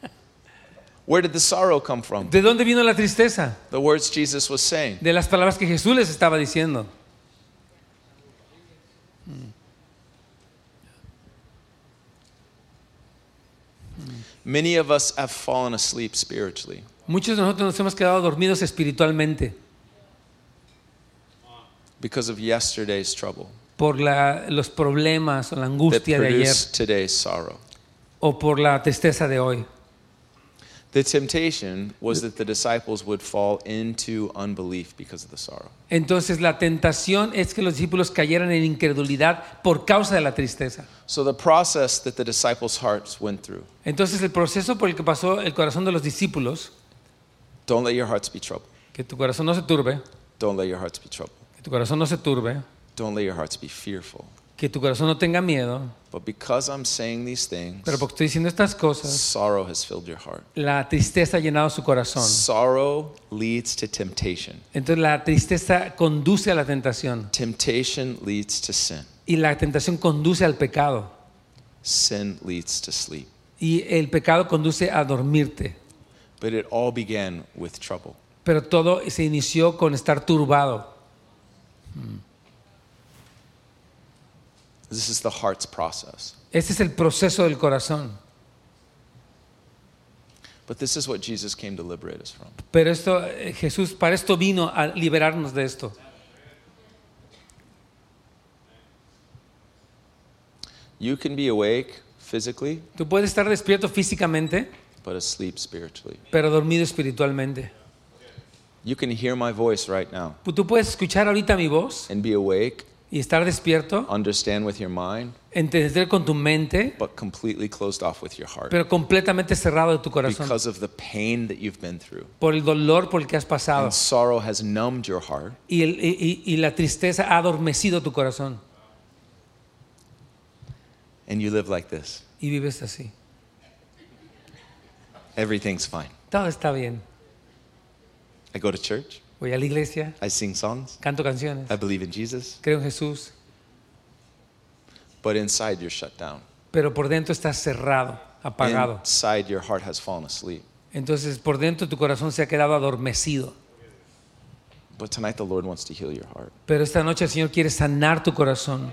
Where did the sorrow come from? ¿De dónde vino la tristeza? The words Jesus was saying. De las palabras que Jesús les estaba diciendo. Many of us have fallen asleep spiritually. Muchos de nosotros nos hemos quedado dormidos espiritualmente because of yesterday's trouble por la- los problemas o la that angustia de ayer produced today's sorrow. o por la tristeza de hoy. The temptation was that the disciples would fall into unbelief because of the sorrow. Entonces la tentación es que los discípulos cayeran en incredulidad por causa de la tristeza. So the process that the disciples' hearts went through. Entonces el proceso por el que pasó el corazón de los discípulos, Don't let your hearts be troubled. que tu corazón no se turbe, Don't let your hearts be troubled. que tu corazón no se turbe, Don't let your hearts be fearful. que tu corazón no tenga miedo, But because I'm saying these things, pero porque estoy diciendo estas cosas, sorrow has filled your heart. la tristeza ha llenado su corazón. Sorrow leads to temptation. Entonces la tristeza conduce a la tentación Temptation leads to sin. y la tentación conduce al pecado Sin leads to sleep. y el pecado conduce a dormirte. But it all began with trouble. Pero todo se inició con estar turbado. This is the heart's process. Este es el proceso del corazón. But this is what Jesus came to liberate us from. Pero esto, eh, Jesús, para esto vino a liberarnos de esto. You can be awake physically, Tú puedes estar despierto físicamente, but asleep spiritually. pero dormido espiritualmente. You can hear my voice right now Tú puedes escuchar ahorita mi voz and be awake, y estar despierto, understand with your mind, entender con tu mente, but completely closed off with your heart pero completamente cerrado de tu corazón because of the pain that you've been through. por el dolor por el que has pasado. And sorrow has numbed your heart, Y, el- y- y- y la tristeza ha adormecido tu corazón and you live like this. y vives así. Everything's fine. Todo está bien. I go to church, Voy a la iglesia, I sing songs, canto canciones, I believe in Jesus, creo en Jesús, but inside you're shut down. pero por dentro estás cerrado, apagado. Inside your heart has fallen asleep. Entonces por dentro tu corazón se ha quedado adormecido. But tonight the Lord wants to heal your heart. Pero esta noche el Señor quiere sanar tu corazón.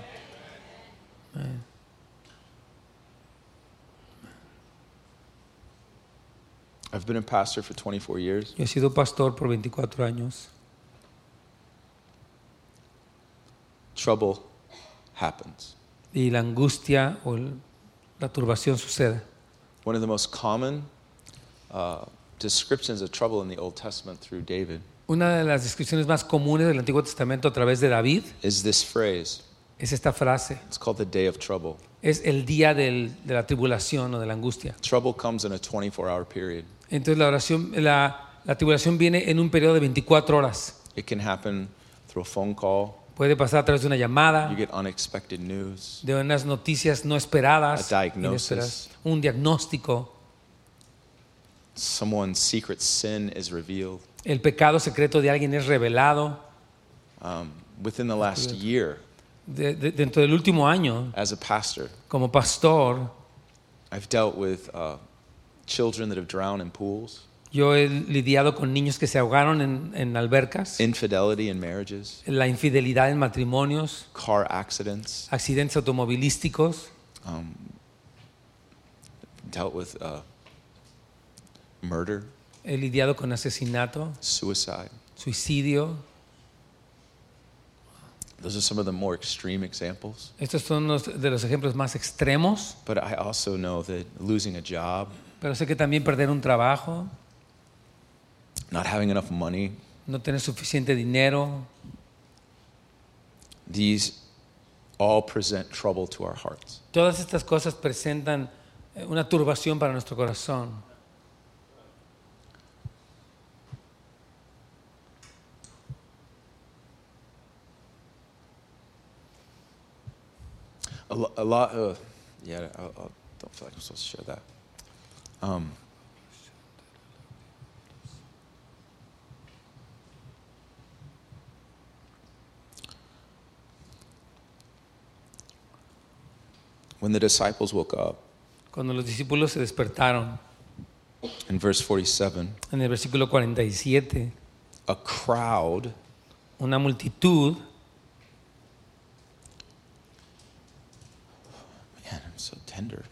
I've been a pastor for 24 years. Yo he sido pastor por 24 años. trouble happens. y la angustia o el- la turbación sucede. One of the most common uh, descriptions of trouble in the Old Testament through David Una de las descripciones más comunes del Antiguo Testamento a través de David is this phrase. es esta frase, It's called the day of trouble. es el día del- de la tribulación o de la angustia. Trouble comes in a 24 hour period. Entonces la, oración, la, la tribulación viene en un periodo de 24 horas. It can happen through a phone call, Puede pasar a través de una you llamada, get unexpected news, de unas noticias no esperadas, A diagnosis. inesperadas, un diagnóstico, someone's secret sin is revealed. el pecado secreto de alguien es revelado. Um, within the last year, De- de- dentro del último año, as a pastor, como pastor, I've dealt with uh, children that have drowned in pools, Yo he lidiado con niños que se ahogaron en, en albercas, infidelity in marriages, la infidelidad en matrimonios, car accidents. accidentes automovilísticos, um, dealt with uh, murder, he lidiado con asesinato, suicide. suicidio. Those are some of the more extreme examples. Estos son unos de los ejemplos más extremos, But I also know that losing a job, pero sé que también perder un trabajo, not having enough money, no tener suficiente dinero, these all present trouble to our hearts. todas estas cosas presentan eh, una turbación para nuestro corazón. A, lo- a lot. Uh, yeah, I, I don't feel like I'm supposed to share that. Um, When the disciples woke up, Cuando los discípulos se despertaron, in verse 47, en el versículo 47, a crowd una multitud, Man, I'm so tender.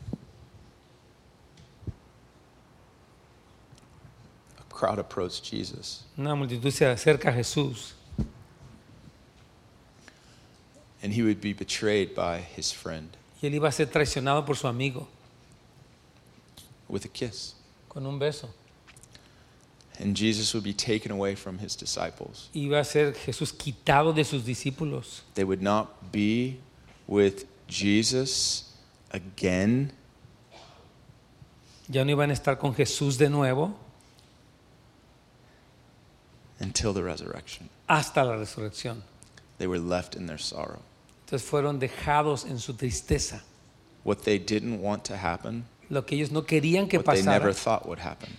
A crowd approached Jesus, una multitud se acerca a Jesús and he would be betrayed by his friend y él iba a ser traicionado por su amigo with a kiss. con un beso. And Jesus would be taken away from his disciples. Iba a ser Jesús quitado de sus discípulos. They would not be with Jesus again Ya no iban a estar con Jesús de nuevo until the resurrection. hasta la resurrección. They were left in their sorrow. Entonces fueron dejados en su tristeza. What they didn't want to happen, Lo que ellos no querían que what they never pasara thought would happen,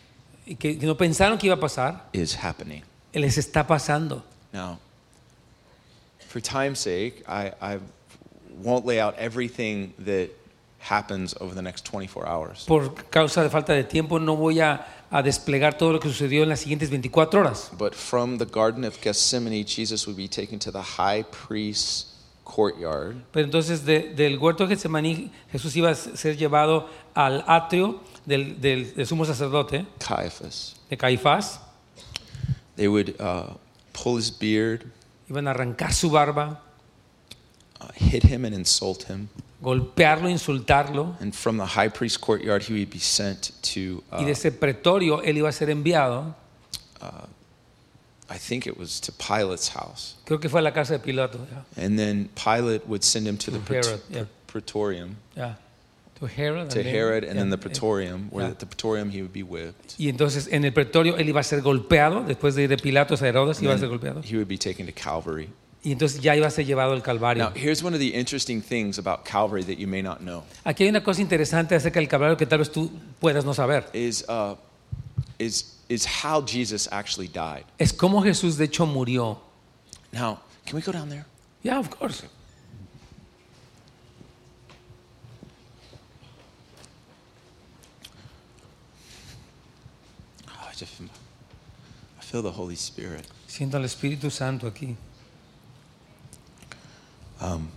y que no pensaron que iba a pasar, is happening. les está pasando. Now, for time's sake, I, I won't lay out everything that happens over the next 24 hours. Por causa de falta de tiempo no voy a, a desplegar todo lo que sucedió en las siguientes 24 horas. But from the Garden of Gethsemane, Jesus would be taken to the high priest's courtyard, Pero entonces de- del huerto de Getsemaní Jesús iba a ser llevado al atrio del, del- del sumo sacerdote Caiaphas. de Caifás. They would uh, pull his beard, Iban a arrancar su barba, uh, hit him, and insult him. golpearlo, insultarlo. And from the high priest's courtyard, he would be sent to, Y de uh, ese pretorio él iba a ser enviado, I think it was to Pilate's house. creo que fue a la casa de Pilato, ya, And then Pilate would send him to the To Herod, praet- yeah. praetorium. ya, to Herod. and to then- Herod and then ya, the praetorium, where yeah. at the praetorium he would be whipped. Y entonces en el pretorio él iba a ser golpeado, después de ir de Pilato a Herodes Mm. iba a ser golpeado. He would be taken to Calvary. Y entonces ya iba a ser llevado al Calvario. Now, here's one of the interesting things about Calvary that you may not know Aquí hay una cosa interesante acerca del Calvario que tal vez tú puedas no saber. is uh, is is how Jesus actually died. Es como Jesús de hecho murió. Now, can we go down there? Yeah, of course. Oh, I just I feel the Holy Spirit. Siento al Espíritu Santo aquí. You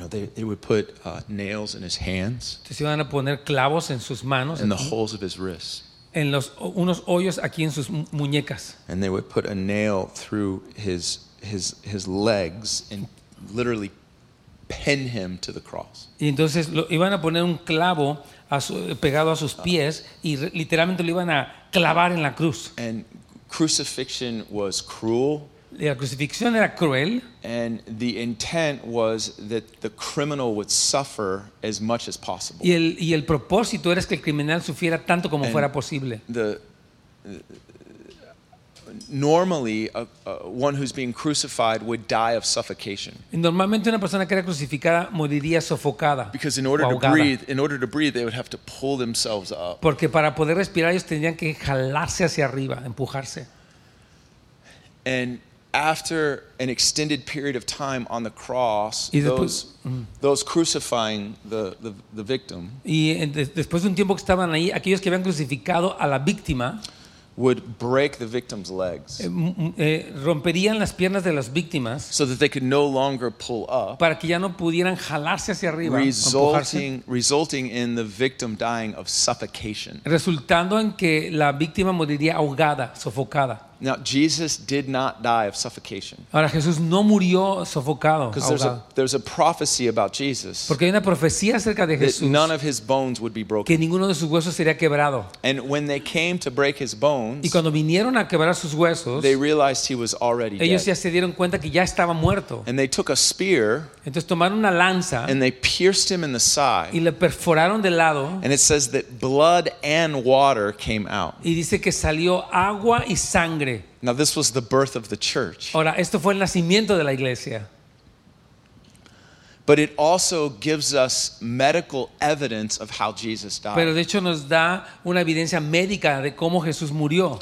know, they, they would put uh, nails in his hands Entonces iban a poner clavos en sus manos, and the holes of his wrists, en los, unos hoyos aquí en sus mu- muñecas. and they would put a nail through his his his legs and literally pin him to the cross. Y entonces lo, iban a poner un clavo a su- pegado a sus pies y re- literalmente lo iban a clavar en la cruz. And crucifixion was cruel, La crucifixión era cruel and the intent was that the criminal would suffer as much as possible. y el, y el propósito era que el criminal sufriera tanto como fuera posible. The normally a, a, one who's being crucified would die of suffocation Y Normalmente una persona que era crucificada moriría sofocada because in order o to ahogada. breathe, in order to breathe, they would have to pull themselves up. Porque para poder respirar ellos tendrían que jalarse hacia arriba, empujarse. And after an extended period of time on the cross, Y después- those, those crucifying the, the, the victim Y en- de- después de un tiempo que estaban ahí, aquellos que habían crucificado a la víctima would break the victim's legs. eh, m- m- eh, romperían las piernas de las víctimas so that they could no longer pull up, para que ya no pudieran jalarse hacia arriba, o empujarse, resulting, resulting in the victim dying of suffocation. resultando en que la víctima moriría ahogada, sofocada. Now, Jesus did not die of suffocation Ahora Jesús no murió sofocado, because there's a, ahogado, there's a prophecy about Jesus Oh, porque hay una profecía acerca de that Jesús none of his bones would be que broken. ninguno de sus huesos sería quebrado. And when they came to break his bones, Y cuando vinieron a quebrar sus huesos, they realized he was already ellos ya dead. se dieron cuenta que ya estaba muerto. And they took a spear Entonces tomaron una lanza and they pierced him in the y side. le perforaron de lado And it says that blood and water came out. y dice que salió agua y sangre. Now, this was the birth of the church. Ahora, esto fue el nacimiento de la iglesia, But it also gives us medical evidence of how Jesus died. pero de hecho nos da una evidencia médica de cómo Jesús murió.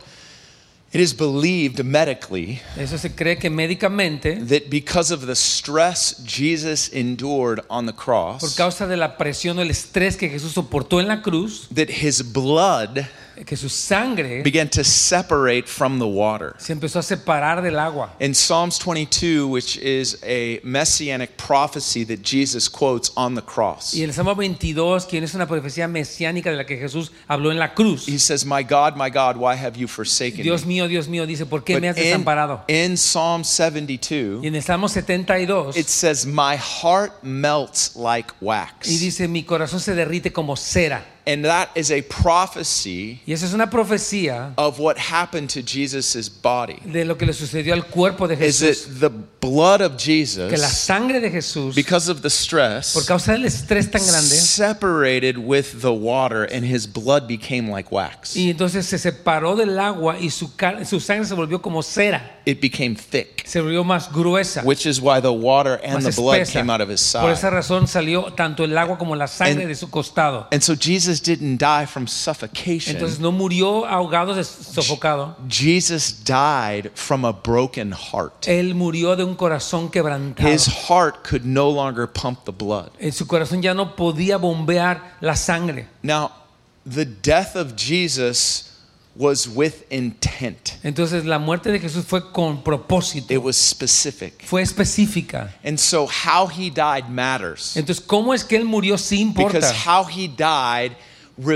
It is believed medically Eso se cree que médicamente, that because of the stress Jesus endured on the por cross, causa de la presión o el estrés que Jesús soportó en la cruz, that his blood que su sangre began to separate from the water. se empezó a separar del agua. In Psalms 22, which is a messianic prophecy that Jesus quotes on the cross, Y en el Salmo 22, quien es una profecía mesiánica de la que Jesús habló en la cruz. he says, My God, my God, why have you forsaken Dios me? mío, Dios mío, dice, ¿por qué But me has in, desamparado? in Psalm Y 72, en el Salmo 72, it says, My heart melts like y wax. dice, mi corazón se derrite como cera. And that is a prophecy Y eso es una profecía of what happened to Jesus' body. de lo que le sucedió al cuerpo de Is Jesús. that the blood of Que la Jesus, sangre de Jesús, because of the por stress, causa del estrés tan grande, separated with the water and his blood became like wax. y entonces se separó del agua y su, car- su sangre se volvió como cera, It became thick, se volvió más gruesa, which is why the water and más the blood espesa. came out of his Por esa side. razón salió tanto el agua como la sangre And- de su costado. And so Jesus didn't die from suffocation. Entonces no murió ahogado, des- sofocado. Jesus died from a broken heart. Él murió de un corazón quebrantado. His heart could no longer pump the blood. En su corazón ya no podía bombear la sangre. Now, the death of Jesus was with intent. Entonces la muerte de Jesús fue con propósito, It was specific. fue específica. And so how he died matters. Entonces, ¿cómo es que él murió sí importa? Because how he died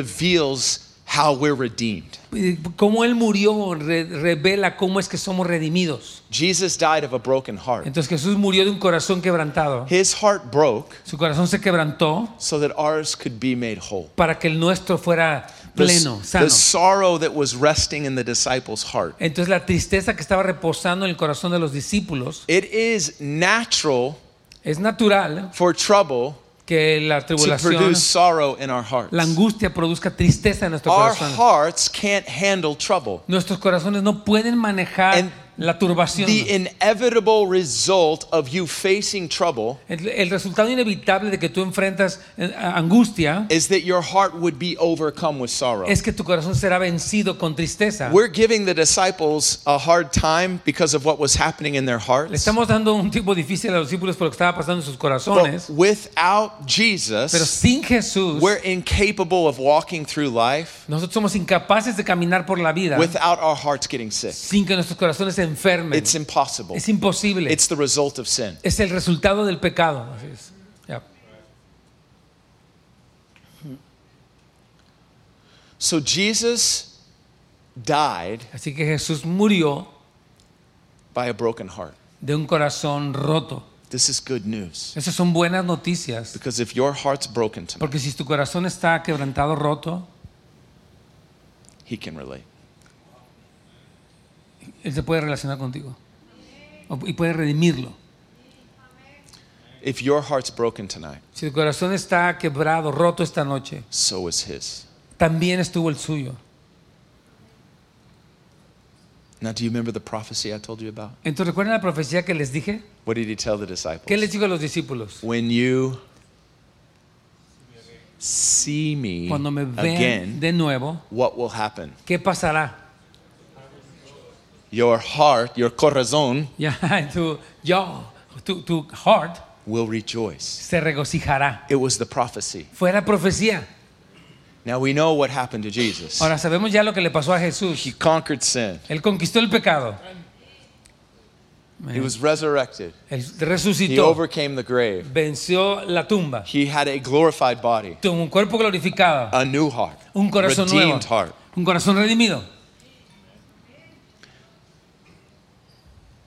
reveals how we're redeemed. Eh, ¿Cómo él murió re- revela cómo es que somos redimidos? Jesus died of a broken heart. Entonces Jesús murió de un corazón quebrantado. His heart broke Su corazón se quebrantó so that ours could be made whole. para que el nuestro fuera The, pleno, the sano. sorrow that was resting in the disciples' heart. Entonces la tristeza que estaba reposando en el corazón de los discípulos It is natural es natural for trouble que la to tribulación, produce sorrow in our hearts. la angustia produzca tristeza en nuestro Our corazón. hearts can't handle trouble. Nuestros corazones no pueden manejar And la turbación. The inevitable result of you facing trouble El, el resultado inevitable de que tú enfrentas eh, a- angustia is that your heart would be overcome with sorrow. es que tu corazón será vencido con tristeza. We're giving the disciples a hard time because of what was happening in their Le hearts. estamos dando un tiempo difícil a los discípulos por lo que estaba pasando en sus But corazones, without pero Jesus, sin Jesús we're incapable of walking through life nosotros somos incapaces de caminar por la vida without our hearts getting sick. sin que nuestros corazones se enfermen. It's impossible. Es imposible. It's the result of sin. es el resultado del pecado. Así es. Ya. So Jesus died Así que Jesús murió by a broken heart. de un corazón roto. This is good news. Esas son buenas noticias. Because if your heart's broken tonight, Porque si tu corazón está quebrantado, roto, he can relate. Él se puede relacionar contigo. O- Y puede redimirlo. If your heart's broken tonight, Si tu corazón está quebrado, roto esta noche, so is his. también estuvo el suyo. Now, do you remember the prophecy I told you about? Entonces, ¿recuerdan la profecía que les dije? What did he tell the ¿Qué disciples? les digo a los discípulos? When you see me Cuando me vean again, de nuevo, what will happen? ¿qué pasará? <laughs> Your heart, your corazón, Ya, tu, yo, tu, tu heart will rejoice. se regocijará. It was the prophecy. Fue la profecía. Now we know what happened to Jesus. Ahora sabemos ya lo que le pasó a He Jesús. conquered sin. Él conquistó el pecado. He was resurrected. Él He resucitó. overcame the grave. Venció la tumba. He had a glorified body, Tuvo un cuerpo glorificado. a new heart, Un corazón redeemed nuevo. heart. Un corazón redimido.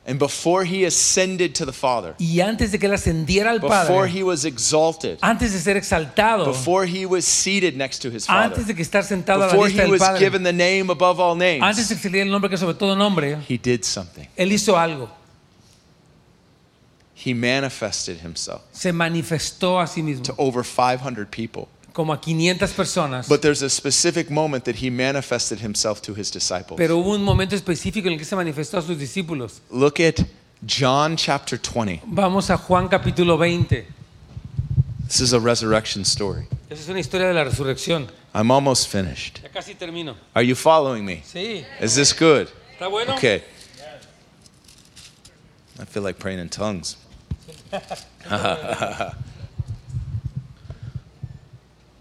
And before he ascended to the Father, Y antes de que él ascendiera al before Padre, he was exalted, antes de ser exaltado, before he was seated next to his Father, antes de que estar sentado a la before vista he del was Padre, given the name above all antes names, de que se le diera el nombre que es sobre todo nombre, he did something. él hizo algo. He manifested himself Se manifestó a sí to mismo, over 500 people. como a 500 personas. But there's a specific moment that he manifested himself to his disciples. Pero hubo un momento específico en el que se manifestó a sus discípulos. Look at John chapter 20. Vamos a Juan capítulo 20. This is a resurrection story. Esa es una historia de la resurrección. I'm almost finished. Ya casi termino. Are you following me? Sí. Is this good? ¿Está bueno? Okay. I feel like praying in tongues. <laughs>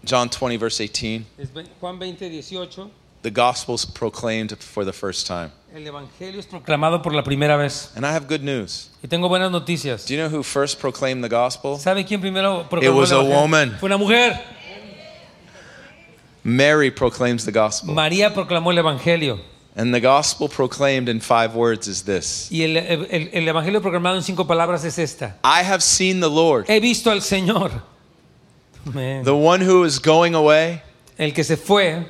John 20, verse 18. Es ve- Juan 20, 18. The gospel's proclaimed for the first time. El Evangelio es proclamado por la primera vez. And I have good news. Y tengo buenas noticias. Do you know who first proclaimed the gospel? ¿Sabe quién primero proclamó It was el a evangelio? woman. Fue una mujer. Mary proclaims the gospel. María proclamó el Evangelio. And the gospel proclaimed in five words is this Y el, el- el Evangelio proclamado en cinco palabras es esta. I have seen the Lord, He visto al Señor. Amén. the one who is going away, El que se fue,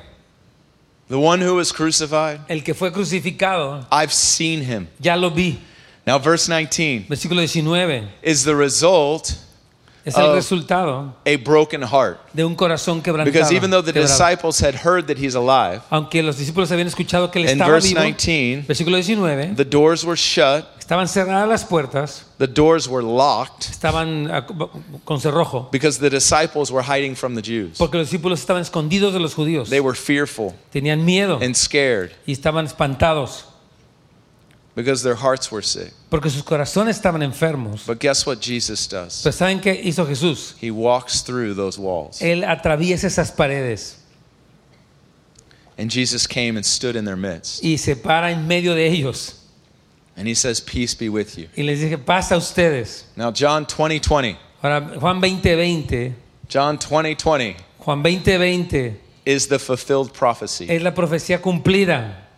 the one who was crucified. el que fue crucificado, I've seen him. ya lo vi. Now, verse 19 Versículo 19. is the result Es el Oh. resultado a broken heart. de un corazón quebrantado. Because even though the quebrado. disciples had heard that he's alive, Aunque los discípulos habían escuchado que él In estaba verse vivo, 19, versículo 19, the doors were shut, estaban cerradas las puertas, the doors were locked estaban ah, con cerrojo, because the disciples were hiding from the Jews. porque los discípulos estaban escondidos de los judíos. They were fearful Tenían miedo and scared y estaban espantados, because their hearts were sick. porque sus corazones estaban enfermos. But guess what Jesus does? Pero ¿saben qué hizo Jesús? He walks through those walls. Él atraviesa esas paredes And Jesus came and stood in their midst. y se para en medio de ellos And he says, Peace be with you. y les dije, pasa a ustedes. Now, John 20 20. Ahora, Juan 20, 20, John 20 20 Juan 20, 20 is the fulfilled prophecy. es la profecía cumplida.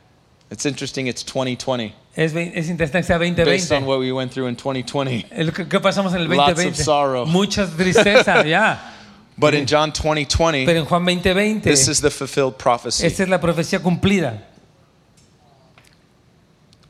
It's interesting, it's 2020. Es, ve- es interesante que sea 20, Based on 20. what we went through in 2020. El que- ¿Qué pasamos en el Lots 20, of 20? sorrow. Mucha <laughs> tristeza, ya. But in John 20 20, Pero en Juan 20, 20, This is the fulfilled prophecy. esta es la profecía cumplida.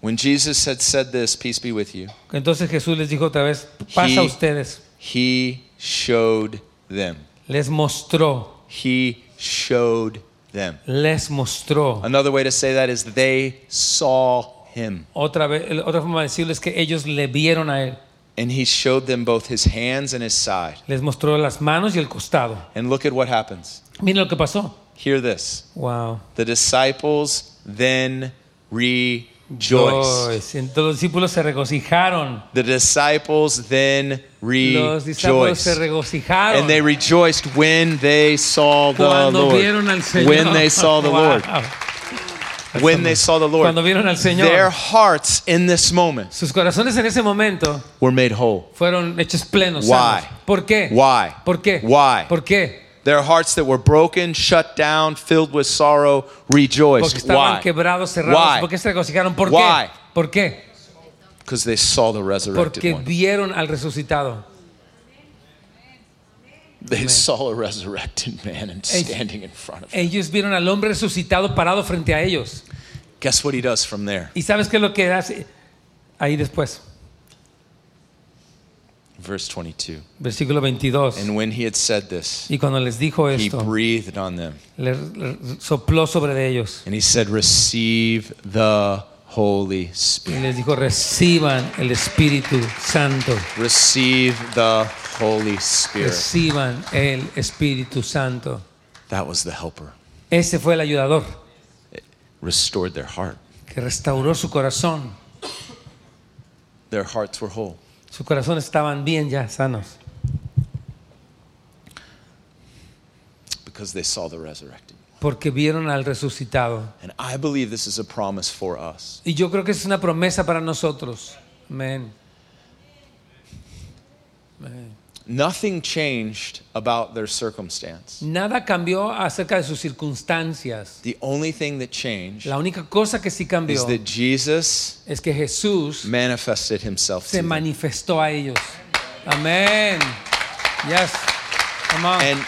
When Jesus had said this, peace be with you, Entonces Jesús les dijo otra vez, pasa a He- ustedes. he showed them. Les mostró, He showed them. les mostró. Another way to say that is they saw him. Otra, vez, el- otra forma de decirlo es que ellos le vieron a él. And he showed them both his hands and his side. Les mostró las manos y el costado. And look at what happens. Miren lo que pasó. Hear this. Wow. The disciples then rejoiced. Joyce. Entonces los discípulos se regocijaron. The disciples then Los discípulos se rejoiced. regocijaron. And they rejoiced when they saw the cuando Lord. vieron al Señor. When they saw the <laughs> Lord. Wow. when they saw the Lord, Cuando vieron al Señor. their hearts in this moment Sus corazones en ese momento were made whole. fueron hechos plenos. Why? sanos. ¿Por qué? Why? ¿Por qué? Why? ¿Por qué? Their hearts that were broken, shut down, filled with sorrow, Porque rejoiced. estaban Why? quebrados, cerrados. Why? ¿Por qué se regocijaron? ¿Por Why? qué? ¿Por qué? Because they saw the resurrected Porque one. vieron al resucitado. They saw a resurrected man and Ey. standing in front of him. Ellos vieron al hombre resucitado parado frente a ellos. Guess what he does from there? ¿Y sabes qué es lo que hace? Ahí después, Verse 22. versículo 22. And when he had said this, Y cuando les dijo he esto, breathed on them les les sopló sobre de ellos and he said, Receive the Holy y Spirit. les dijo, reciban el Espíritu Santo. Receive the Holy Spirit. Reciban el Espíritu Santo. That was the helper. Ese fue el ayudador restored their heart. que restauró su corazón. Their hearts were whole. Su corazón estaban bien ya, sanos, because they saw the resurrected. porque vieron al resucitado. And I believe this is a promise for us. Y yo creo que es una promesa para nosotros. Amén. Nothing changed about their circumstance. Nada cambió acerca de sus circunstancias. The only thing that changed La única cosa que sí is cambió that Jesus es que Jesús manifested himself to se them. manifestó a ellos. Amén. Yes. Come on. And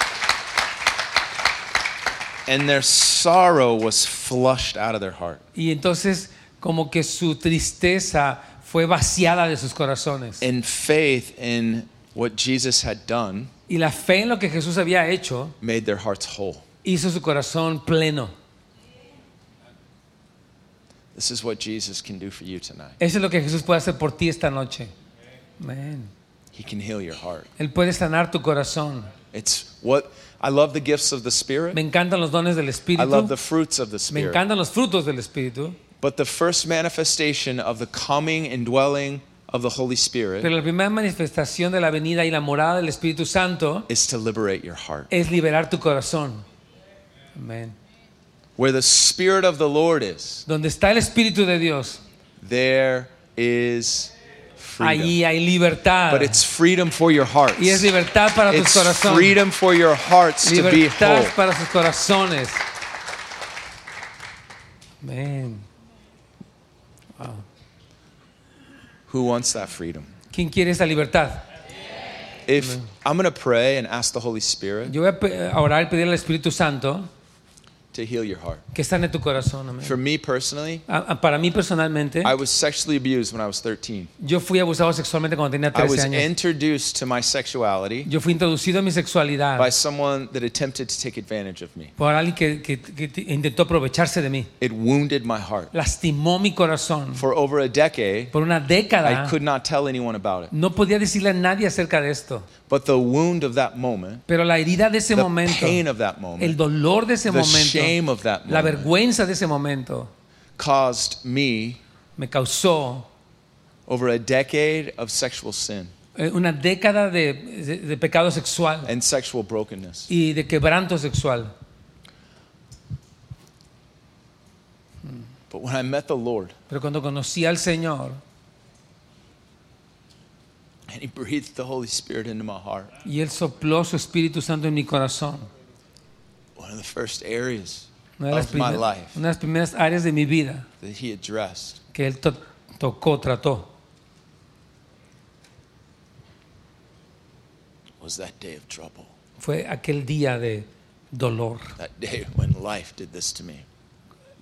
and their sorrow was flushed out of their heart. Y entonces como que su tristeza fue vaciada de sus corazones. And faith in what Jesus had done Y la fe en lo que Jesús había hecho made their hearts whole. hizo su corazón pleno. This is what Jesus can do for you tonight. Eso es lo que Jesús puede hacer por ti esta noche. Amén. He can heal your heart. Él puede sanar tu corazón. It's what I love the gifts of the Spirit. Me encantan los dones del I love Espíritu. the fruits of the Me Spirit. encantan los frutos del Espíritu. But the first manifestation of the coming and dwelling of the Holy Spirit Pero la primera manifestación de la venida y la morada del Espíritu Santo is to liberate your heart. es liberar tu corazón. Amén. Where the Spirit of the Lord is, Donde está el Espíritu de Dios, there is freedom. allí hay libertad. But it's freedom for your hearts. Y es libertad para tus It's corazones. freedom for your hearts to be Libertad whole. para sus corazones. Amén. Who wants that freedom? ¿Quién quiere esa libertad? If I'm going to pray and ask the Holy Spirit Yo voy a pe- a orar y pedirle al Espíritu Santo to heal your heart. que sane tu corazón. amén. For me personally, A- a- Para mí personalmente, I was sexually abused when I was 13. yo fui abusado sexualmente cuando tenía I 13 was años. introduced to my sexuality Yo fui introducido a mi sexualidad by someone that attempted to take advantage of me. por alguien que, que- que t- intentó aprovecharse de mí. It wounded my heart. Lastimó mi corazón. For over a decade, Por una década I could not tell anyone about it. no podía decirle a nadie acerca de esto. But the wound of that moment, Pero la herida de ese the momento, pain of that el moment, dolor de ese the momento, shame of that la moment vergüenza de ese momento, caused me me causó over a decade of sexual sin eh, una década de, de- de pecado sexual and sexual brokenness. y de quebranto sexual. But when I met the Lord Pero cuando conocí al Señor and He breathed the Holy Spirit into my heart, y Él sopló su Espíritu Santo en mi corazón, one of the first areas una de las, of my primer- life una de las primeras áreas de mi vida that He addressed que Él to- tocó, trató, was that day of trouble, fue aquel día de dolor. that day <laughs> when life did this to me.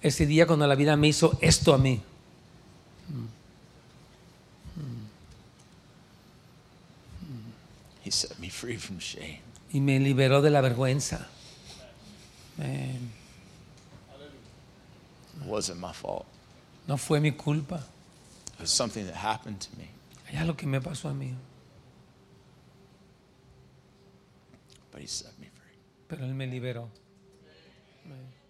Ese día cuando la vida me hizo esto a mí. He set me free from shame. y me liberó de la vergüenza. Eh, Amén. It wasn't my fault, No fue mi culpa, it was something that happened to me. era lo que me pasó a mí, But He set me free. pero Él me liberó. Amén.